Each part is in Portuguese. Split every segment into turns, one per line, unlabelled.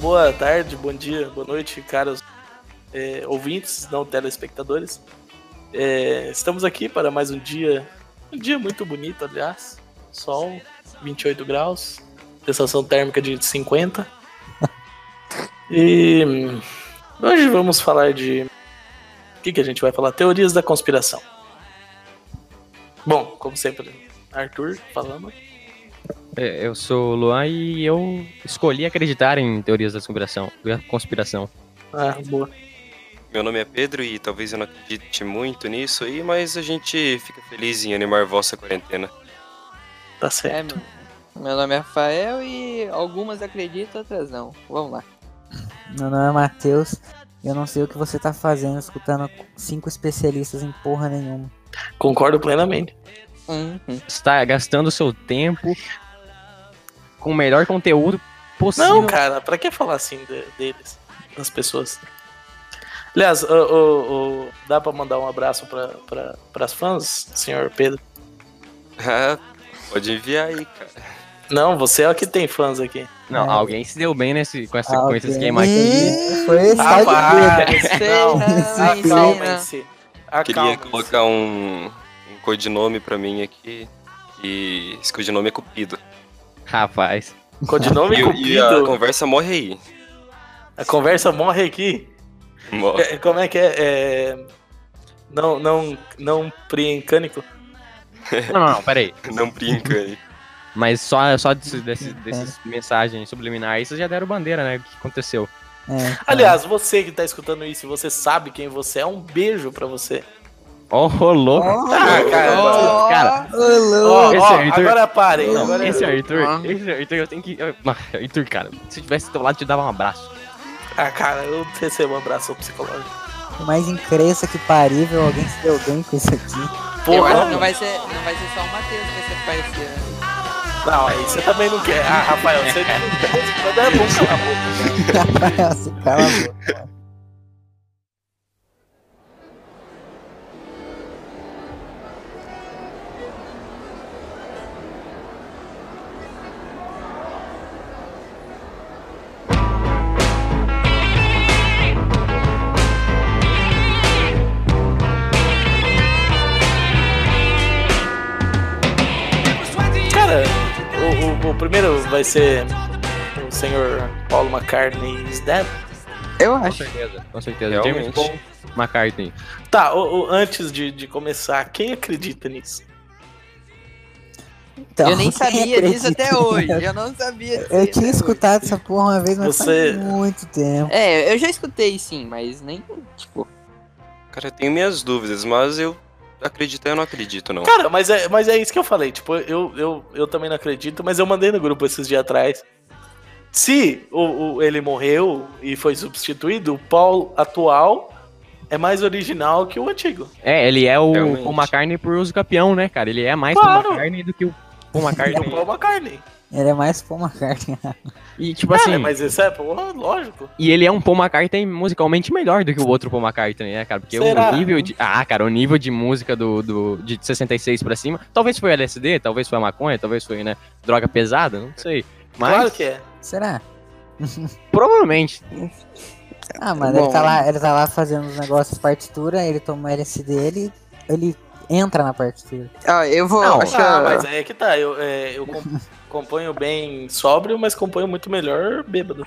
boa tarde, bom dia, boa noite, caros é, ouvintes, não telespectadores. É, estamos aqui para mais um dia, um dia muito bonito, aliás. Sol, 28 graus, sensação térmica de 50. E hum, hoje vamos falar de. O que, que a gente vai falar? Teorias da conspiração. Bom, como sempre, Arthur falando.
É, Eu sou o Luan e eu escolhi acreditar em teorias da conspiração. da conspiração.
Ah, boa.
Meu nome é Pedro e talvez eu não acredite muito nisso aí, mas a gente fica feliz em animar vossa quarentena.
Tá
É,
certo.
meu, meu nome é Rafael e algumas acredito, outras não. Vamos lá.
Meu nome é Matheus. e Eu não sei o que você tá fazendo escutando cinco especialistas em porra nenhuma.
Concordo plenamente.
Uhum.
Está gastando seu tempo com o melhor conteúdo possível.
Não, cara, pra que falar assim de- deles? Das pessoas. Aliás, o, o- o- dá pra mandar um abraço pra, pra, pras fãs, senhor Pedro?
Ah, Pode enviar aí, cara.
Não, você é o que tem fãs aqui.
Não,
É.
alguém se deu bem nesse, com, essa, com esse
Alguém-
esquema aqui.
Ih, Foi esse
Ah,
tal de Pedro.
para.
Sei
Não,
não, sei não.
Acalmem-se. Ah,
Queria
Acalmem-se.
colocar um, um codinome pra mim aqui. E esse codinome é Cupido.
Rapaz.
Codinome
E, e a
Cupido.
conversa morre aí.
A conversa morre aqui.
Morre.
É, Como é que é? É, Não, não, não preencânico.
Não, não, não, peraí.
É, Não brinca aí.
Mas só, só desse, desse- dessas mensagens subliminares, vocês já deram bandeira, né? O que aconteceu?
É, tá.
Ah.
Aliás, você que tá escutando isso, e você sabe quem você é. Um beijo pra você.
Ó, oh, louco.
Ó,
Ah, cara.
Ó,
Cara,
ô, louco.
Ó,
Esse
ó,
é Heitor.
agora parem.
Não,
agora- é
Esse é Arthur,
Ah.
esse Arthur, eu tenho que. eu- Ah, Arthur, cara, se eu tivesse do teu lado, eu te dava um abraço.
Ah, cara, eu recebo um abraço psicológico.
Por mais incrença que parível, alguém se deu bem com isso aqui.
eu acho
Porra,
que
não,
não vai ser, não vai ser só o Matheus que vai ser né? parecido.
aí você também não quer. Ah, Rafael, você Mas é bom cala a boca.
Rafael, se cala a boca.
Cara, o, o- o primeiro vai ser o senhor Paulo McCartney is dead.
Eu
Com
acho.
certeza, com certeza.
Realmente.
James Paul McCartney.
Tá, o- o- antes de, de começar, quem acredita nisso?
Então,
eu nem
quem
sabia disso
acredita?
até hoje. Eu não sabia disso.
Eu
até
tinha
hoje.
escutado essa porra uma vez, mas
Você-
faz muito tempo.
É, eu já escutei sim, mas nem, tipo...
Cara, eu tenho minhas dúvidas, mas eu acredito e eu não acredito, não.
Cara, mas é, mas é isso que eu falei. Tipo, eu, eu, eu também não acredito, mas eu mandei no grupo esses dias atrás. Se o, o- ele morreu e foi substituído, o Paul atual é mais original que o antigo.
É, ele é o
Realmente.
Paul McCartney por uso campeão, né, cara? Ele é mais
Claro.
Paul McCartney do que o
É
Paul
o Paul
McCartney.
McCartney.
Ele é mais Paul McCartney.
e, tipo
Cara,
assim,
mas isso é, porra, lógico.
e ele é um Paul McCartney musicalmente melhor do que o outro Paul McCartney, né, cara? Porque
Será?
o nível de... Ah, cara, o nível de música do, do de 66 pra cima, talvez foi LSD, talvez foi a maconha, talvez foi, né, droga pesada, não sei. Mas,
Claro que é.
Será?
provavelmente.
Ah, mano,
Bom,
ele, tá lá, ele tá lá fazendo os negócios partitura, ele toma o LSD dele, ele entra na partitura.
Ah, eu vou...
Não.
acho que
Ah,
eu-
mas aí é que tá. Eu, é, eu com- componho bem sóbrio, mas componho muito melhor bêbado.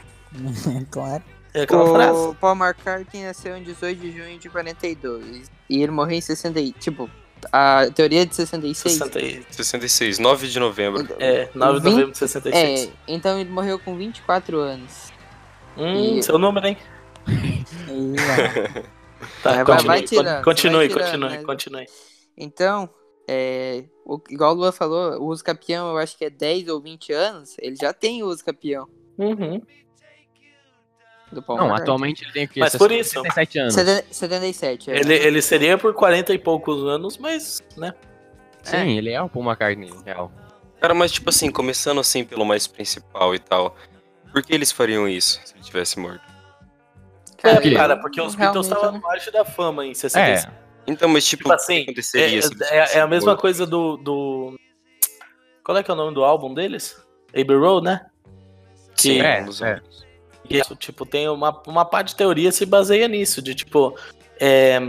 claro.
É aquela frase.
O Paul McCartney nasceu em 18 de junho de 42. E ele morreu em 60. e- Tipo, a teoria de 66.
66.
66, 9 de novembro.
É, 9 de
Vinte-
novembro de 66.
É, então ele morreu com 24 anos.
Hum,
e-
seu número, hein?
E, ó,
Tá,
Vai- vai-
continue,
vai tirando,
continue,
vai tirando,
continue,
né?
continue.
Então, é, o- igual o Lua falou, o uso campeão eu acho que é 10 ou 20 anos. Ele já tem o uso campeão
Uhum.
do Paul
não,
McCartney.
atualmente ele tem aqui
Mas por isso,
67 anos.
Seten- 77. é.
ele, ele seria por 40 e poucos anos, mas, né?
Sim, ele é o Paul McCartney, real.
Cara, mas tipo assim, começando assim pelo mais principal e tal. Por que eles fariam isso se ele tivesse morto?
É,
quê?
cara, porque os Beatles
realmente né? eu
estavam
não-
abaixo da fama em
É,
66.
Então, mas tipo,
Tipo assim,
aconteceria se ele
é, é- é a
tivesse
mesma
morto?
coisa do, do. Qual é que é o nome do álbum deles? Abbey Road, né? Que
É,
um dos
é.
outros.
E isso, tipo, tem uma, uma parte de teoria se baseia nisso, de tipo. é,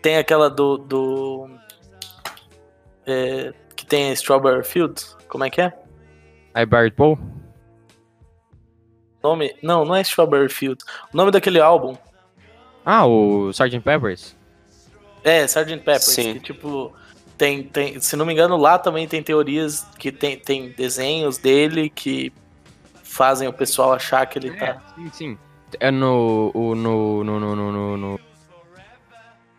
tem aquela do. do é, que tem Strawberry Fields, como é que é?
Aí Barrett Paul?
O nome? Não, não é Strawberry Fields. O nome daquele álbum
Ah, o Sgt. Peppers.
É, Sgt. Peppers,
Sim.
que tipo. Tem, tem, se não me engano, lá também tem teorias que tem, tem desenhos dele que fazem o pessoal achar que ele tá.
Sim, sim. É no. o- no, no, no, no, no, no-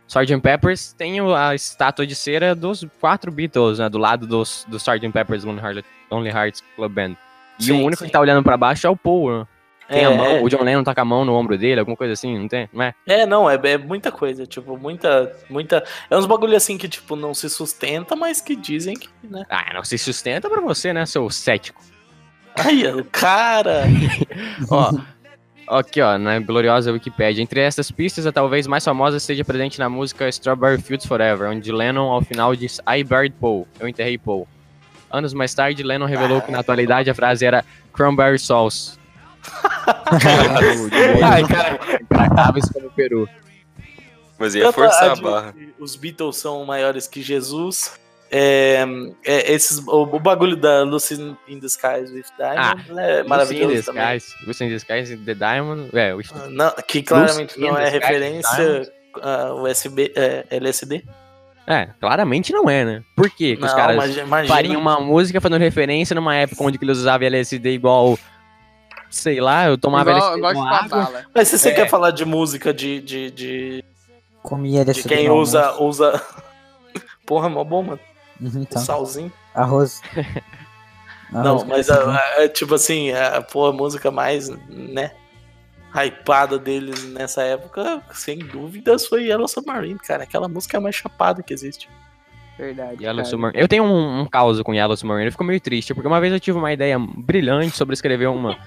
Sgt. Peppers tem o- a estátua de cera dos quatro Beatles, né? Do lado dos, do Sgt. Peppers Lonely Heart- Lonely Hearts Club Band. E
Sim,
o único
sim.
que tá olhando pra baixo é o Paul, né? Tem
é,
a mão,
é,
o John Lennon tá com a mão no ombro dele, alguma coisa assim, não tem? Não é?
É, não, é, é muita coisa, tipo, muita, muita. É uns bagulho assim que, tipo, não se sustenta, mas que dizem que, né?
Ah, não se sustenta pra você, né, seu cético.
Aí, o cara.
Ó, aqui ó, na gloriosa Wikipédia. Entre estas pistas, a talvez mais famosa esteja presente na música Strawberry Fields Forever, onde Lennon ao final diz I buried Paul, eu enterrei Paul. Anos mais tarde, Lennon revelou que na atualidade a frase era Cranberry Sauce. Ai, cara, implacáveis como o Peru.
Mas
Tanto
ia
a
forçar a
de-
barra.
Os Beatles são maiores que Jesus. É, é, esses, o, o bagulho da Lucy in the Skies with Diamond é maravilhoso
Ah, Lucy in
também. Ah,
the Skies, Lucy in the Skies and the Diamond, é, o
Não, que claramente
Lucy in
não
the
é
Sky
referência ah, a USB, é, LSD.
É, claramente não é, né? Por quê? Que os
Não,
caras
mas imagina.
faria uma música fazendo referência numa época onde que eles usavam LSD igual. Sei lá, eu tomava
Igual,
LSD
igual
com
chupar
água.
bala.
Mas
É.
se você quer falar de música de, de, de,
Comia
de
desse
é um
quem
do
usa,
almoço.
usa. Porra, mó bom, mano.
Uhum,
Um
Tá.
então,
salzinho.
arroz.
Não,
Arroz com né?
mas
feijão.
a, a- tipo assim, a, pô, a música mais, né, hypada deles nessa época, sem dúvidas, foi Yellow Submarine, cara. Aquela música é a mais chapada que existe.
Verdade.
Yellow
cara.
Submarine. Eu tenho um, um caos com Yellow Submarine. Eu fico meio triste, porque uma vez eu tive uma ideia brilhante sobre escrever uma.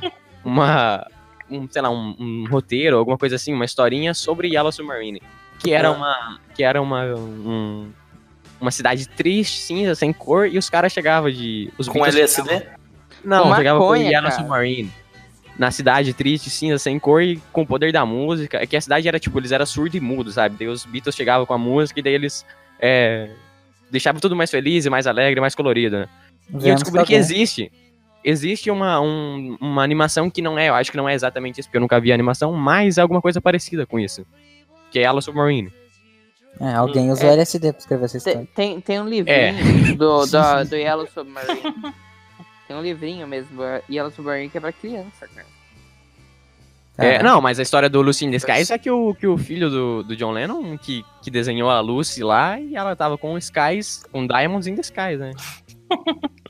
uma um, sei lá, um, um roteiro, alguma coisa assim, uma historinha sobre Yellow Submarine. Que era
É.
Ah.
uma. Que era uma. um- uma cidade triste, cinza, sem cor, e os caras chegavam de. Os
Com
Beatles
LSD?
Não,
Com
jogava com
maconha,
Yellow
cara.
Submarine. Na cidade triste, cinza, sem cor e com o poder da música. É que a cidade era, tipo, eles eram surdo e mudo, sabe? Daí os Beatles chegavam com a música e daí eles é, deixavam tudo mais feliz, e mais alegre, mais colorido, né? E eu
Viemos
descobri que
pra alguém.
existe. Existe uma, um- uma animação que não é, eu acho que não é exatamente isso, porque eu nunca vi a animação, mas é alguma coisa parecida com isso. Que é Yellow Submarine.
É, alguém usou
É.
LSD pra escrever essa
Te-
história.
Tem, tem um
É.
livrinho do, do, do Yellow Submarine. Tem um livrinho mesmo, do Yellow Submarine, que é pra criança, cara.
É,
É,
Cara,
não, mas a história do Lucy in the Skies é que o, que o filho do, do John Lennon que, que desenhou a Lucy lá e ela tava com Skies, com Diamonds in the Skies, né?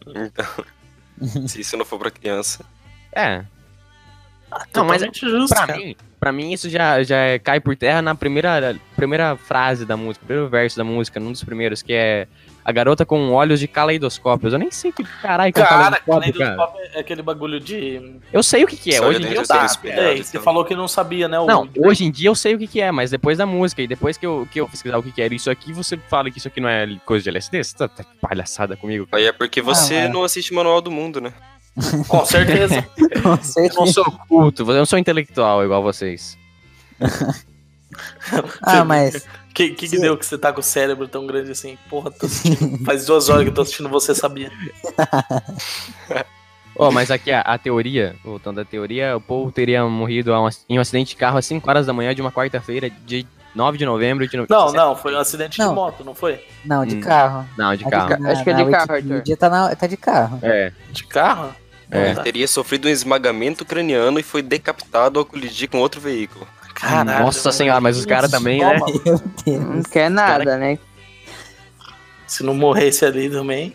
Então, se isso não for pra criança.
É,
Não,
Não, mas
Totalmente é justo,
pra
cara.
mim, pra mim isso já, já é- cai por terra na primeira, primeira frase da música, primeiro verso da música, num dos primeiros, que é a garota com olhos de caleidoscópios. Eu nem sei que caralho que é um
Cara,
caleidoscópio, cara.
Kaleidoscope é aquele bagulho de.
Eu sei o que que é,
Só
hoje em dia eu
dentro
sei.
Tá,
do Três
peraí,
Pilares,
você
então.
falou que não sabia, né? o-
Não, hoje em dia eu sei o que, que é, mas depois da música e depois que eu, que eu pesquisar o que, que era isso aqui, você fala que isso aqui não é coisa de LSD? Você tá, tá de palhaçada comigo, cara.
Aí é porque você
mas-
não assiste Manual do Mundo, né?
Com certeza.
com certeza.
Eu não sou culto, eu não sou intelectual igual vocês.
Ah, mas
que, que, que
Sim.
deu que você tá com o cérebro tão grande assim? Porra, tô assistindo. Faz duas horas que eu tô assistindo, você sabia.
Ó, mas aqui a, a teoria, voltando à teoria, o Paul teria morrido a um ac- em um acidente de carro às 5 horas da manhã de uma quarta-feira, de 9 de novembro de... no-
Não, não, foi um acidente de
Não.
moto, não foi?
não, de
Hum.
carro.
Não, de
A
carro.
na-
Acho que é de
na
carro,
Wikipedia
Arthur.
Tá, na- tá de carro.
É.
De carro?
É.
Não, tá.
Teria sofrido um esmagamento craniano e foi decapitado ao colidir com outro veículo.
Caralho,
Nossa
mano.
senhora, mas os caras também, né?
Toma,
Meu
Não
Deus.
quer nada, né?
Se não morresse ali também.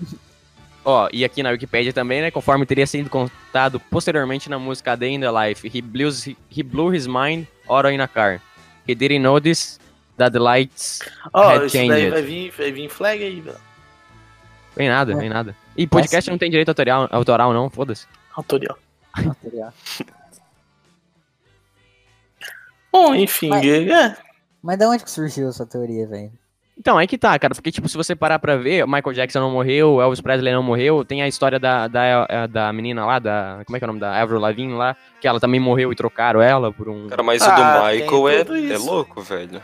Ó, e aqui na Wikipedia também, né? Conforme teria sido contado posteriormente na música A Day in the Life, he, blews, he, he blew his mind auto in a car. He didn't notice that the lights.
Ó,
Red
isso daí
Changed.
vai vir, vai vir flag aí, velho.
Vem nada, vem nada. E podcast não tem direito autoral, autoral não, foda-se.
Autorial.
material.
Bom, enfim,
Mas-
é,
Mas da onde que surgiu essa teoria, velho?
Então, é que tá, cara. Porque, tipo, se você parar pra ver, o Michael Jackson não morreu, o Elvis Presley não morreu. Tem a história da, da, eh, da menina lá, da. Como é que é o nome da Avril Lavigne lá? Que ela também morreu e trocaram ela por um.
Cara, mas o do
Ah, tem
Michael
tudo
é,
isso.
é louco, velho.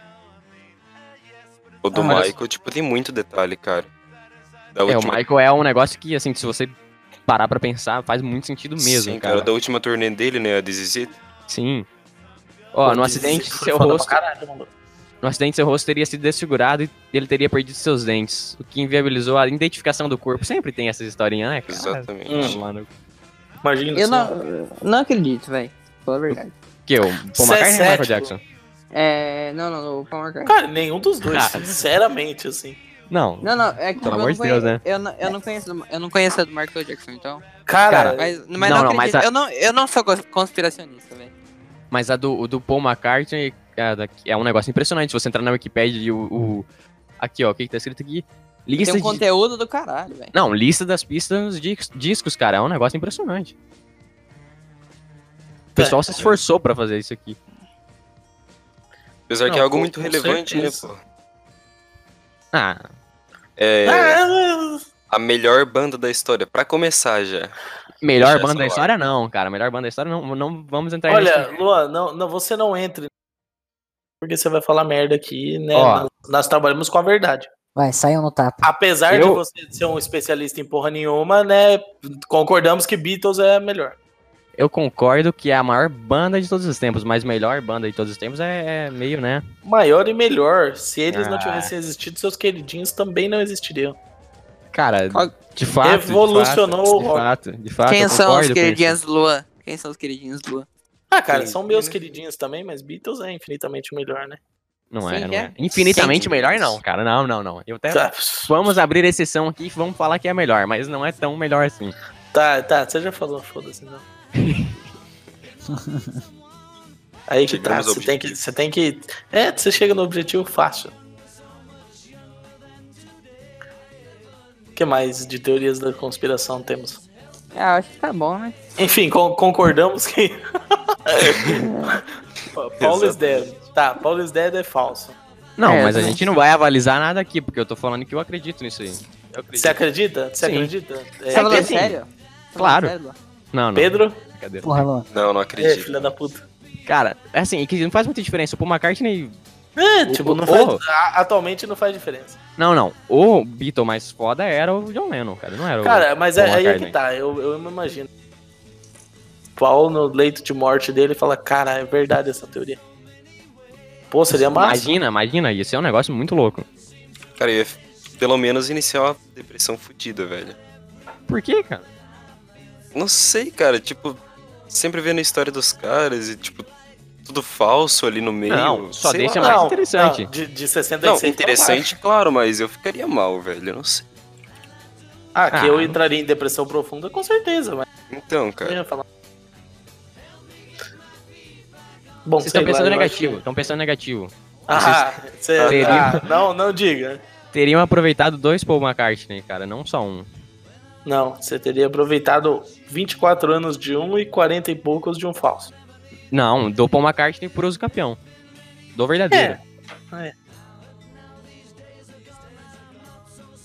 O do
Ah,
mas-
Michael, tipo, tem muito detalhe, cara. Da
É, o
última-
Michael é um negócio que, assim, se você parar pra pensar, faz muito sentido mesmo,
Sim, cara.
cara.
Da última turnê dele, né? A This Is It.
Sim. Ó,
Pô,
no
que
acidente,
isso foi
seu
foda pra
rosto.
caralho, mano.
No acidente, seu rosto teria sido desfigurado e ele teria perdido seus dentes, o que inviabilizou a identificação do corpo. Sempre tem essas historinhas, né, cara?
Exatamente.
Hum.
Mano,
Imagina
Eu
só.
não, não acredito, velho. Fala a verdade.
que eu, Paul
Cê é
McCartney ou Michael
cético?
Jackson?
É. Não, não, não. o Paul McCartney.
Cara, nenhum dos dois,
Ah.
sinceramente, assim.
Não.
Não, não, é que
Pelo
eu
amor
não
de Deus, né?
Eu não, eu não conheço, eu não conheço a do Michael Jackson, então.
É.
Cara,
Mas, mas não,
Não, não,
acredito.
mas a-
eu, não, eu não sou cons- conspiracionista, velho.
Mas a do, o do Paul McCartney é, da- é um negócio impressionante. Se você entrar na Wikipedia e o. o- aqui, ó, o que, que tá escrito aqui?
Tem
Lista
um
de.
conteúdo do caralho, velho.
Não, lista das pistas dos dis- discos, cara. É um negócio impressionante.
É.
O pessoal se esforçou pra fazer isso aqui.
Apesar que
Não,
é algo
com-
muito
com
relevante,
certeza.
né, pô?
Ah,
É
Ah,
a melhor banda da história, pra começar já.
melhor
Deixa
banda
essa
da
lá.
história não, cara. Melhor banda da história não. Não vamos entrar nisso.
olha, Luan, não, não, você não entre. Porque você vai falar merda aqui, né?
Ó.
Nós, nós trabalhamos com a verdade.
Vai, saiam no tapa.
Apesar de
Eu-
você ser um especialista em porra nenhuma, né? Concordamos que Beatles é a melhor.
Eu concordo que é a maior banda de todos os tempos, mas melhor banda de todos os tempos é, é meio, né?
Maior e melhor. Se eles não
Ah.
tivessem existido, seus queridinhos também não existiriam.
Cara,
Qual-
de fato. de
Evolucionou
fato,
o rock.
De fato, de fato.
Quem
eu
são
concordo
os
com isso.
queridinhos do Luan? Quem são os queridinhos do Luan?
Ah, cara,
Sim.
são meus queridinhos também, mas Beatles é infinitamente melhor, né?
Não
Sim,
é, não
é.
é. Infinitamente
Sim.
melhor, não, cara. Não, não, não. Eu
É.
até.
Tá,
Vamos abrir exceção aqui e vamos falar que é melhor, mas não é tão melhor assim.
tá, tá, você já falou, foda-se, não. Aí que tá,
Chegamos ao
você tem que, você tem que. É, você chega no objetivo fácil. O que mais de teorias da conspiração temos?
Ah, acho que tá bom, né?
Enfim, con- concordamos que. É. Paulo is dead. Tá, Paulo is dead é falso.
Não,
É,
mas a
não-
gente não vai avalizar nada aqui, porque eu tô falando que eu acredito nisso aí. Eu acredito.
Você acredita? Você
Sim.
acredita?
Você
É,
tá falando
Pedro?
sério? Tá falando
assim, Claro.
sério, Luan?
Não, não.
Pedro?
brincadeira.
Porra, Luan.
Não, não
É,
acredito.
filha da puta.
Cara, é assim, que não faz muita diferença. O Paul McCartney.
É,
O-
tipo,
o-
não faz-
o-
a- atualmente não faz diferença.
Não, não. O Beatle mais foda era o John Lennon, cara. Não era o.
Cara, mas
Paul
é, aí é que
McCartney.
tá, eu, eu me imagino. Paulo no leito de morte dele fala, cara, é verdade essa teoria. Pô, seria massa.
Imagina, imagina, isso é um negócio muito louco.
Cara, eu ia f- pelo menos iniciar uma depressão fodida, velho.
Por quê, cara?
Não sei, cara, tipo, sempre vendo a história dos caras e, tipo, tudo falso ali no meio.
Não, só
sei
deixa
lá.
mais interessante.
Não, de, de
Não,
66 pra
interessante, claro, mas eu ficaria mal, velho. Eu não sei.
baixo. Ah, que
Ah.
eu entraria em depressão profunda, com certeza, mas
Então,
eu
cara.
ia falar. Bom,
Vocês estão
sei lá,
pensando
eu acho
negativo, estão pensando negativo.
que- Ah, cê-
Teria-
ah, não, não diga.
Teriam aproveitado dois Paul McCartney, cara, não só um.
Não, você teria aproveitado 24 anos de um e 40 e poucos de um falso.
Não, do Paul McCartney pro uso campeão. Do
É.
verdadeiro.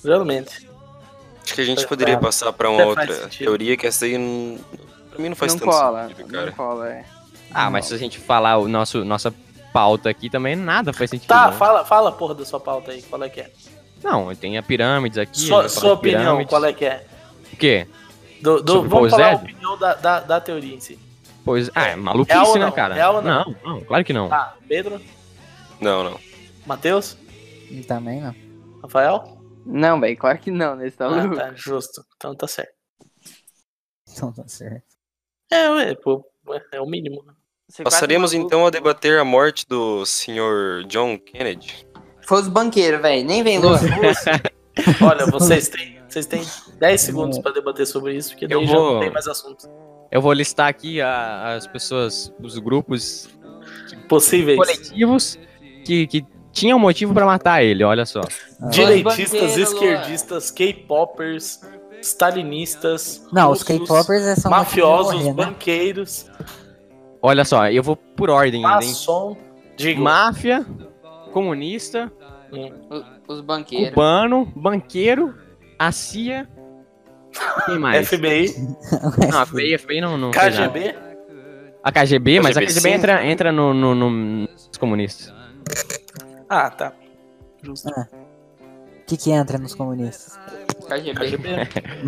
Realmente.
Acho que a gente
Tá,
poderia
tá.
passar pra uma
Até faz
outra
sentido. né?
teoria que essa aí não. Pra mim não faz
não
tanto
cola,
sentido,
não
cara.
cola, é.
Ah, mas se a gente falar o nosso, nossa pauta aqui também, nada faz sentido.
Tá,
né?
fala, fala a porra da sua pauta aí, qual é que é?
Não, tem a pirâmides aqui. a
Sua,
gente fala
sua
de
opinião,
pirâmides.
qual é que é?
O quê?
Do, do-
Sobre
vamos
Paul
falar a
Zed?
opinião da, da, da teoria em si.
Pois, ah, é maluquice,
Real ou
né,
não?
cara?
Real ou não?
não, não, claro que não.
Tá, Pedro,
Não, não.
Matheus,
Também não.
Rafael?
Não, velho, claro que não, né? Você tá
Ah,
louco.
tá, justo. Então tá certo.
Então tá certo.
É, ué, pô, é o mínimo.
Você quase
Passaremos
maluco.
então a debater a morte do senhor John Kennedy.
Foi os banqueiros, velho. Nem vem Luan.
Olha, vocês têm, vocês têm 10 segundos pra debater sobre isso, porque daí
Eu
já
vou-
não tem mais assunto.
Eu vou listar aqui a- as pessoas, os grupos
Possíveis.
coletivos que, que tinham motivo pra matar ele, olha só.
Ah.
Direitistas,
Bandeira,
esquerdistas, K-popers, stalinistas,
Não, os
russos,
K-popers é só uma forma de
mafiosos,
morrer, né?
banqueiros,
Olha só, eu vou por ordem, hein?
maçom, digo,
Máfia, comunista,
Hum.
O- Os banqueiros.
Cubano, banqueiro, a CIA. Quem mais?
FBI,
né?
Ah,
Não, a FBI, FBI não, não fez nada.
KGB,
A KGB, mas a
KGB,
KGB
sim.
entra, entra no, no, no- nos comunistas.
Ah, tá. Justo.
O que que entra nos comunistas?
KGB.
KGB.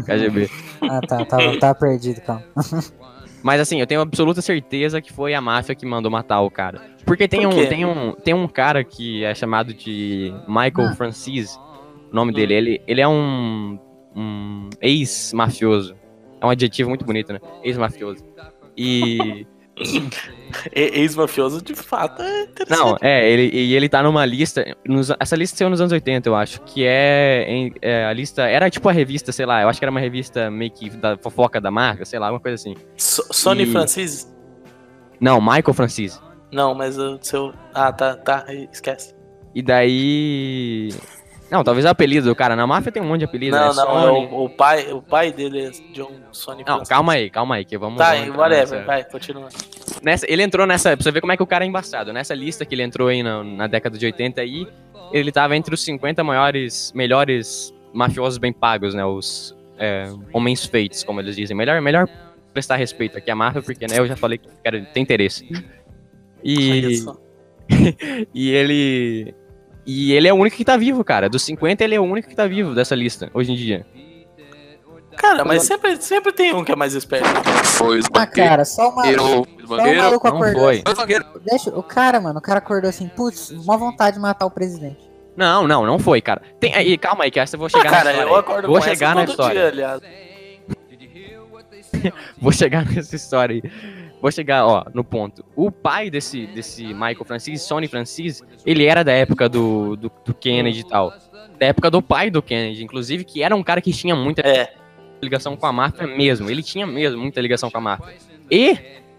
KGB.
Ah, tá. Tava, tava perdido, calma.
Mas assim, eu tenho absoluta certeza que foi a máfia que mandou matar o cara. Porque tem,
Por quê?
um, tem, um, tem um cara que é chamado de Michael Francis, o nome dele. Ele, ele é um, um ex-mafioso. É um adjetivo muito bonito, né? Ex-mafioso. E.
E- Ex-mafioso, de fato, é interessante.
Não, é, ele, e ele tá numa lista. nos- essa lista saiu nos anos 80, eu acho. Que é, em- é, A lista. Era tipo a revista, sei lá. Eu acho que era uma revista meio que da fofoca da marca, sei lá, alguma coisa assim.
So- Sony
E-
Francis?
Não, Michael Francis.
Não, mas o seu. Ah, tá, tá, esquece.
E daí. Não, talvez é o apelido do cara. Na máfia tem um monte de apelido.
Não,
né?
não, é
Sony.
o, o pai, o pai dele é John Sony
Não,
Francis.
calma aí, calma aí, que vamos. né?
Tá,
vamos entrar
whatever,
nessa-
vai, continua.
Nessa- ele entrou nessa. Pra você ver como é que o cara é embaçado. Nessa lista que ele entrou aí na, na década de 80 aí, ele tava entre os 50 maiores, melhores mafiosos bem pagos, né? Os é, homens feitos, como eles dizem. Melhor, melhor prestar respeito aqui à máfia, porque né, eu já falei que o cara tem interesse.
Olha
E,
só.
e ele. E ele é o único que tá vivo, cara. Dos 50, ele é o único que tá vivo dessa lista, hoje em dia.
Cara, mas sempre, sempre tem um que é mais esperto.
Foi os
Ah,
banqueiros.
cara, só uma.
Os
Só um
banqueiros.
maluco
Não
acordou.
foi.
Os banqueiros.
Deixa, o cara, mano, o cara acordou assim, putz, uma vontade de matar o presidente.
Não, não, não foi, cara. Tem, aí, calma aí, que essa eu vou
Ah,
chegar
cara,
na história.
eu
aí.
acordo
vou
com
chegar
essa
na
todo
história.
dia, aliás.
Vou chegar nessa história aí. Vou chegar, ó, no ponto. O pai desse, desse Michael Francis, Sony Francis, ele era da época do, do, do Kennedy e tal. Da época do pai do Kennedy, inclusive, que era um cara que tinha muita
É,
ligação com a máfia mesmo. Ele tinha mesmo muita ligação com a máfia. E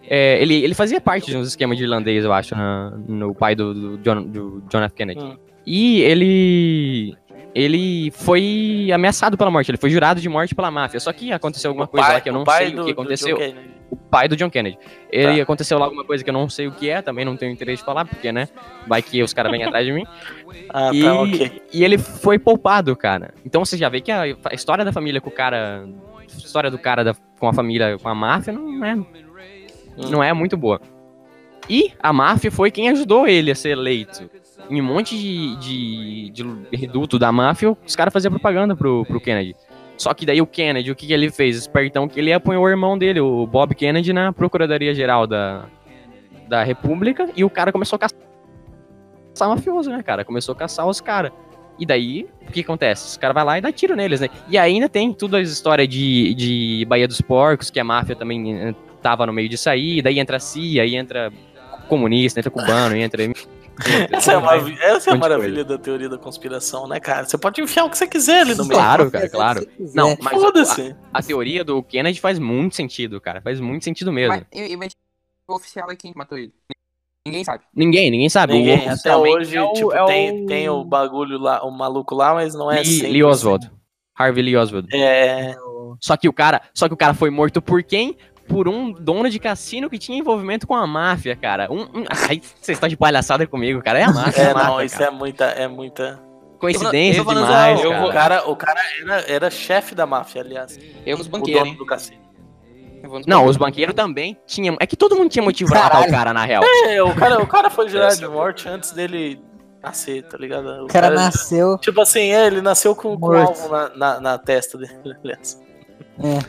é, ele, ele fazia parte de uns esquemas de irlandês, eu acho, na- no pai do, do, John, do John F. Kennedy.
Hum.
E ele. Ele foi ameaçado pela morte, ele foi jurado de morte pela máfia. Só que aconteceu alguma
o
coisa
pai-
lá é, que eu não
o pai
sei
do- é
o que
do John
aconteceu
Kennedy. Tá.
o pai do John Kennedy. Ele aconteceu lá alguma coisa que eu não sei o que é, também não tenho interesse de falar, porque, né? Vai que os caras vêm atrás de mim.
Ah,
e,
tá, ok.
e ele foi poupado, cara. Então você já vê que a, a história da família com o cara. A história do cara da- com a família, com a máfia, não é.
Hum.
Não é muito boa. E a máfia foi quem ajudou ele a ser eleito. Em um monte de, de, de reduto da máfia, os caras faziam propaganda pro, pro Kennedy. Só que daí o Kennedy, o que, que ele fez? Espertão que ele apanhou o irmão dele, o Bob Kennedy, na Procuradoria Geral da, da República, e o cara começou a caçar, caçar mafioso, né, cara? Começou a caçar os caras. E daí, o que acontece? Os caras vão lá e dá tiro neles, né? E ainda tem toda a história de, de Bahia dos Porcos, que a máfia também eh, tava no meio disso aí, daí entra a CIA, aí entra comunista, entra cubano, entra... né?
Essa é, a marav- essa é a
Muito
maravilha da teoria da conspiração, né, cara? Você pode enfiar o que você quiser ali no meio.
Claro, cara, claro.
Se quiser.
Não, mas a,
né? Foda-se.
a teoria do Kennedy faz muito sentido, cara. Faz muito sentido mesmo.
Mas, e- e- mas o oficial é quem matou ele. Ninguém sabe.
Ninguém, ninguém sabe.
Ninguém,
O-
até
oficialmente
hoje,
é o-
tipo,
é
tem, tem o bagulho lá, o maluco lá, mas não é
Lee,
assim.
Lee Oswald. Harvey Lee Oswald.
É,
Só que o cara, só que o cara foi morto por quem? Por um dono de cassino que tinha envolvimento com a máfia, cara. Um, um- ai, vocês estão de palhaçada comigo, cara. É a máfia.
é,
a máfia,
não, isso
cara.
é muita, é muita.
Coincidência
eu vou- eu vou
demais,
lançar
O
cara.
um-
cara, o cara era, era chefe da máfia, aliás.
Eu vou nos
O
banqueiros,
dono
hein?
do cassino.
Eu vou nos
Não,
banqueiros.
os banqueiros também tinham. É que todo mundo tinha motivo pra matar o
Caralho.
cara, na real.
É, o cara, o cara foi jurado
Essa
de
é
morte antes dele nascer, tá ligado?
O cara nasceu.
Tipo assim, é, ele nasceu com, com um
Morto.
alvo na, na, na testa dele, aliás.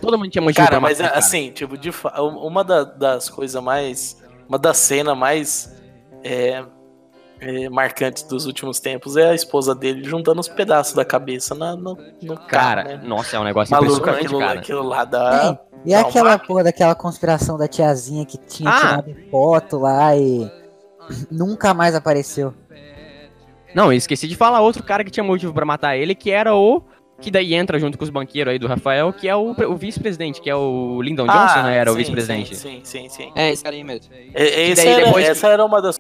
Todo mundo tinha motivo
Cara,
pra matar.
mas
o cara.
assim, tipo, de fa- um- uma da- das coisas mais. Uma das cenas mais é, é, marcantes dos últimos tempos é a esposa dele juntando os pedaços da cabeça na, no, no carro,
Cara,
né?
nossa, é um negócio
Maluco,
impressionante,
aquilo,
cara.
aquilo lá da.
Sim, E aquela porra daquela conspiração da tiazinha que tinha
Ah.
tirado foto lá e nunca mais apareceu.
Não, eu esqueci de falar outro cara que tinha motivo pra matar ele, que era o. Que daí entra junto com os banqueiros aí do Rafael, que é o, pre- o vice-presidente, que é o Lyndon Johnson, né? Era
Ah,
o
sim,
vice-presidente.
Sim, sim, sim. sim.
É, esse cara aí mesmo.
E- e esse
daí
era-
depois que-
Essa era uma das.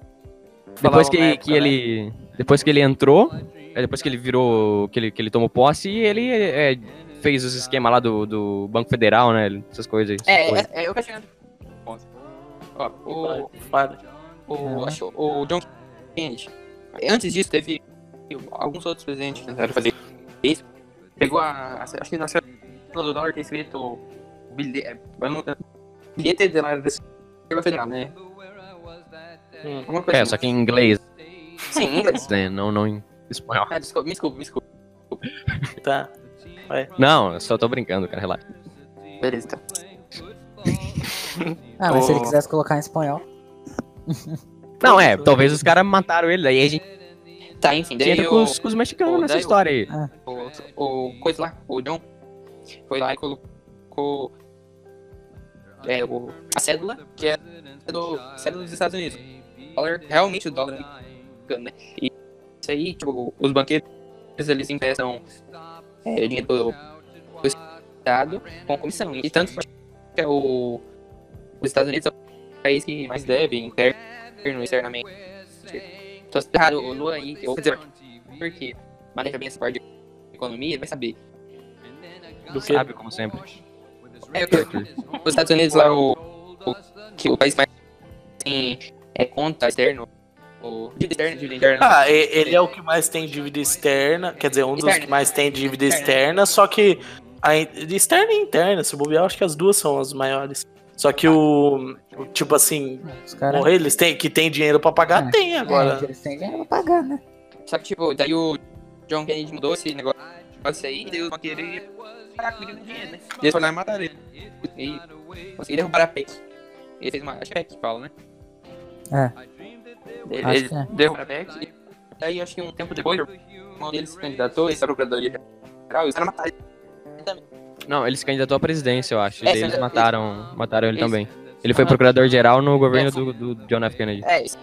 Depois
falavam
que,
na época,
que
né?
ele. Depois que ele entrou, é, depois que ele virou. que ele, que ele tomou posse, ele é, fez os esquemas lá do, do Banco Federal, né? Essas coisas. aí.
É,
Foi.
é, é, eu quero chegar no ponto. Ó, o,
Fala.
o, acho- o John Kennedy. Antes disso, teve e alguns outros presentes que tentaram fazer isso. Pegou a, a- Acho que na cédula do dólar tem escrito bilhete. eu não- Bilhete de lá da Reserva Federal, né?
Hum.
Alguma coisa
É,
assim.
só que em inglês,
Sim, em inglês.
né? Não, não em espanhol.
Ah, desculpa, me desculpa, me desculpa.
Tá.
Não, eu só tô brincando, cara, relaxa.
Beleza, tá.
Ah, mas se ele
Ô.
quisesse colocar em espanhol.
Não, é, talvez os caras mataram ele, daí a gente
Tá, enfim, daí
entra
eu-
com os, com os mexicanos
o-
nessa
daí o-
história aí.
o, o coisa lá, o John, foi lá e colocou é, o, a cédula, que é do, cédula dos Estados Unidos. O dólar, realmente o dólar americano, né? E isso aí, tipo, os banqueiros, eles emprestam é, dinheiro do, do Estado com comissão. E tanto que é o, os Estados Unidos é o país que mais deve, interno, externamente. Tô errado, o Luan aí, eu vou dizer, porque maneja bem essa parte economia, ele vai saber.
Do que?
Sabe, como sempre.
É, o- os Estados Unidos lá, é o, o que o país mais tem é conta externo, o dívida externa, dívida interna.
Ah, e- ele é o que mais tem dívida externa, quer dizer, um dos
Externa.
que mais tem dívida externa, só que a in- externa e interna, se bobear, eu acho que as duas são as maiores. Só que o, o tipo assim,
Os caras.
morrer, eles têm que tem dinheiro pra pagar,
É.
tem
Agora.
agora.
Eles têm dinheiro pra pagar, né?
Só que, tipo, daí o John Kennedy mudou esse negócio aí, e eles vão querer parar com o dinheiro, né? E eles foram lá e mataram ele. E conseguiram derrubar a PEC. Ele fez uma. Acho que é PEC que fala, né?
É.
Ele,
Acho
ele
que é.
derrubaram a PEC. E daí, acho que um tempo depois, o irmão dele se candidatou, esse é a Procuradoria Geral, e os caras mataram ele.
Não, ele se candidatou à presidência, eu acho.
É,
e daí eles
esse-
mataram, mataram ele
esse-
também. Ele foi procurador-geral no governo do, do John F. Kennedy.
É, isso.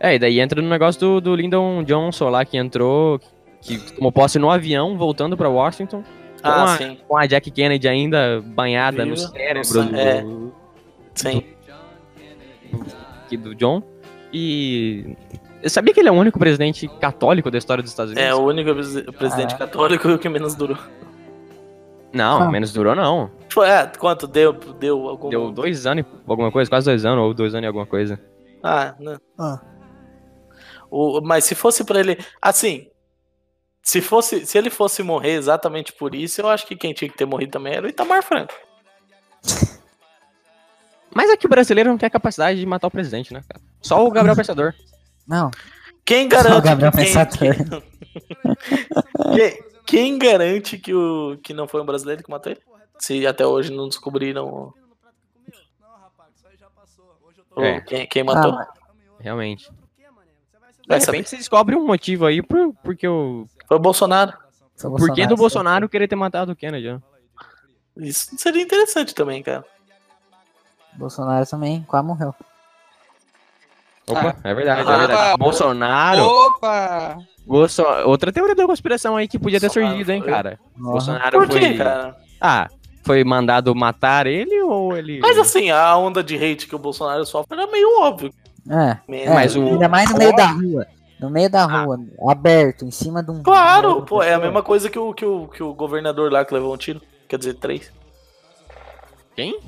É, e daí entra no negócio do, do Lyndon Johnson lá, que entrou, que tomou posse no avião, voltando pra Washington,
Ah,
a-
sim,
com a Jack Kennedy ainda banhada no
Viva.
cérebro do,
É. sim.
que- do John. E... Eu sabia que ele é o único presidente católico da história dos Estados Unidos?
É o único presi- presidente
Ah.
católico que menos durou.
Não,
Ah.
menos durou não.
Foi, ah, quanto deu? Deu algum.
Deu dois anos e alguma coisa, quase dois anos, ou dois anos e alguma coisa.
Ah, né.
Ah.
O, mas se fosse pra ele, assim, se fosse, se ele fosse morrer exatamente por isso, eu acho que quem tinha que ter morrido também era o Itamar Franco.
Mas é que o brasileiro não tem a capacidade de matar o presidente, né, cara? Só o Gabriel Pensador.
Não.
Quem
Só o
garante?
Gabriel
que,
Pensador.
quem, quem- quem garante que o que não foi um brasileiro que matou ele? Se até hoje não descobriram o- o-
É.
quem, quem matou.
Ah,
Realmente.
Vai
de
saber.
repente você descobre um motivo aí por, porque o.
Foi o Bolsonaro.
Sou
Por que do
sou-
Bolsonaro querer ter matado o Kennedy? né?
Isso seria interessante também, cara.
Bolsonaro também quase morreu.
Opa, é verdade,
Ah.
é verdade.
Ah.
Bolsonaro.
Opa!
Bolso... Outra teoria da conspiração aí que podia ter
Bolsonaro
surgido, hein,
foi-
cara.
Nossa.
Bolsonaro
Por
foi.
quê, cara?
Ah, foi mandado matar ele ou ele.
Mas assim, a onda de hate que o Bolsonaro sofre era meio óbvio.
É.
mesmo.
é,
Mas o-
Ainda mais no meio da rua. No meio da rua, aberto, em cima de um.
Ah. Claro, pô, é a mesma coisa que o, que, o, que o governador lá que levou um tiro. Quer dizer, três.
Quem?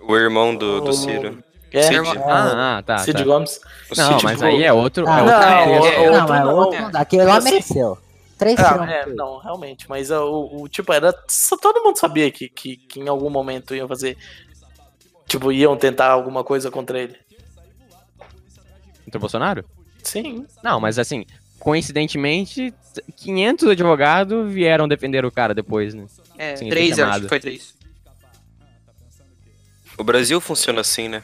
O irmão do, do Ciro. tipo,
É,
Cid.
irmão-
Ah, ah, tá.
Cid
tá.
Gomes.
O
Não,
Cid
mas
Gomes.
aí é outro.
Ah,
é outro
não,
contexto.
é-
Não, mas
Outro não,
outro não dá. Aquele lá
Assim-
mereceu. Três
Ah,
um
filmes.
é, não, realmente. Mas ah, o, o tipo, era. só Todo mundo sabia que, que, que em algum momento iam fazer. Tipo, iam tentar alguma coisa contra ele.
Contra o Bolsonaro?
Sim.
Não, mas assim, coincidentemente, 500 advogados vieram defender o cara depois, né?
É,
Sim,
três,
foi
eu acho
chamado.
que foi três.
O Brasil funciona assim, né?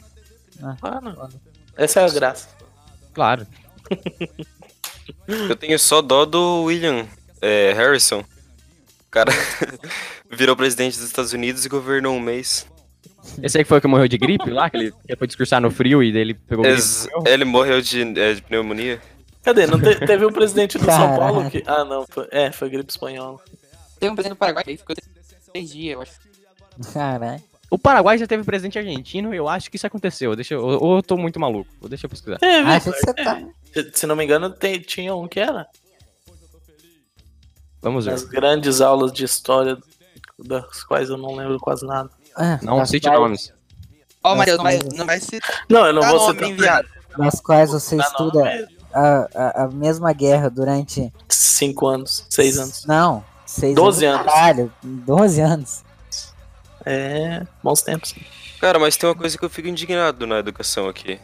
Ah, não. Essa é a graça.
Claro.
Eu tenho só dó do William é, Harrison. O cara virou presidente dos Estados Unidos e governou um mês.
Esse aí que foi o que morreu de gripe lá, que ele que foi discursar no frio e daí ele pegou gripe.
Es- Ele morreu de, é, de pneumonia.
Cadê? Não te- teve um presidente do São
Caraca.
Paulo que. Ah, não. foi- é, foi gripe espanhola.
Teve um presidente do Paraguai que ficou três dias, eu acho.
é.
Caralho.
O Paraguai já teve presidente argentino, eu acho que isso aconteceu. Deixa eu, ou eu tô muito maluco. Ou Deixa eu pesquisar.
É, viu?
Acho que você tá.
Se- Se não me engano, tem- tinha um que era.
Vamos ver.
Nas grandes aulas de história, das quais eu não lembro quase nada.
Ah,
Não
das
cite
quais-
nomes.
Ó,
Nossa,
Matheus, não vai,
mas-
não vai citar Tá
Não, eu não vou
nome, hein,
citar.
viado.
Das quais você
Tá, não,
estuda.
mas-
a, a, a mesma guerra durante.
Cinco anos, seis anos.
Não, seis
Doze
anos.
anos.
Caralho, 12 anos.
É, bons tempos.
Cara, mas tem uma coisa que eu fico indignado na educação aqui.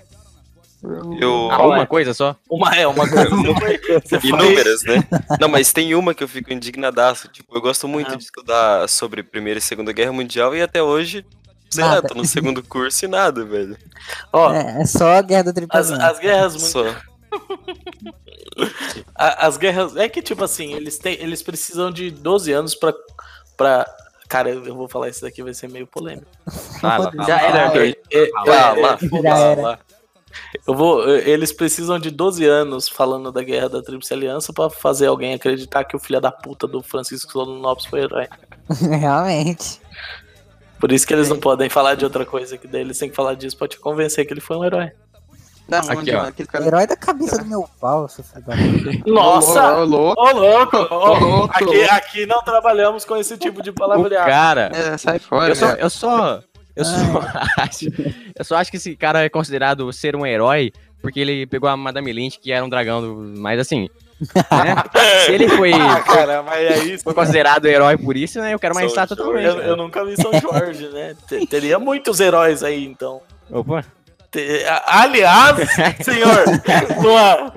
Eu.
Ah, uma coisa só?
Uma é, uma coisa. Você faz-
Inúmeras, né? Não, mas tem uma que eu fico indignadaço. Tipo, eu gosto muito
Ah.
de estudar sobre Primeira e Segunda Guerra Mundial e até hoje, sei lá,
Nada.
tô no segundo curso e nada, velho.
Ó,
É, é só a guerra do triplo
as, as guerras mundiais.
Só.
A- As guerras. É que, tipo assim, eles, têm, eles precisam de 12 anos pra, pra. Cara, eu vou falar isso daqui, vai ser meio polêmico.
Ah, lá,
Foda-se.
lá.
Já era, É,
Lá,
é,
lá,
Já
lá,
era.
lá.
Eu vou, eh, eles precisam de 12 anos falando da guerra da Tríplice Aliança pra fazer alguém acreditar que o filho da puta do Francisco Solonopes foi herói.
Realmente.
Por isso que eles não podem falar de outra coisa, que daí eles têm que falar disso pra te convencer que ele foi um herói.
Da
Aqui,
onde,
ó.
mano? Aquele cara.
Herói da cabeça do meu pau, seu filho da puta.
Nossa!
Ô, louco!
Ô louco! ô,
Ô, louco!
Aqui, aqui não trabalhamos com esse tipo de
O
palavreado.
cara.
É, sai fora,
Eu só,
velho.
eu só, eu só
Ah,
acho, eu só acho que esse cara é considerado ser um herói porque ele pegou a Madame Lynch, que era um dragão, do- mas assim, né? se ele foi,
Ah, cara, mas é isso.
foi considerado herói por isso, né? Eu quero uma
Sou
estátua
Jorge.
também.
Eu,
cara.
eu nunca vi São Jorge, né? Te- Teria muitos heróis aí, então.
Opa,
Te- a- aliás, senhor, Luan,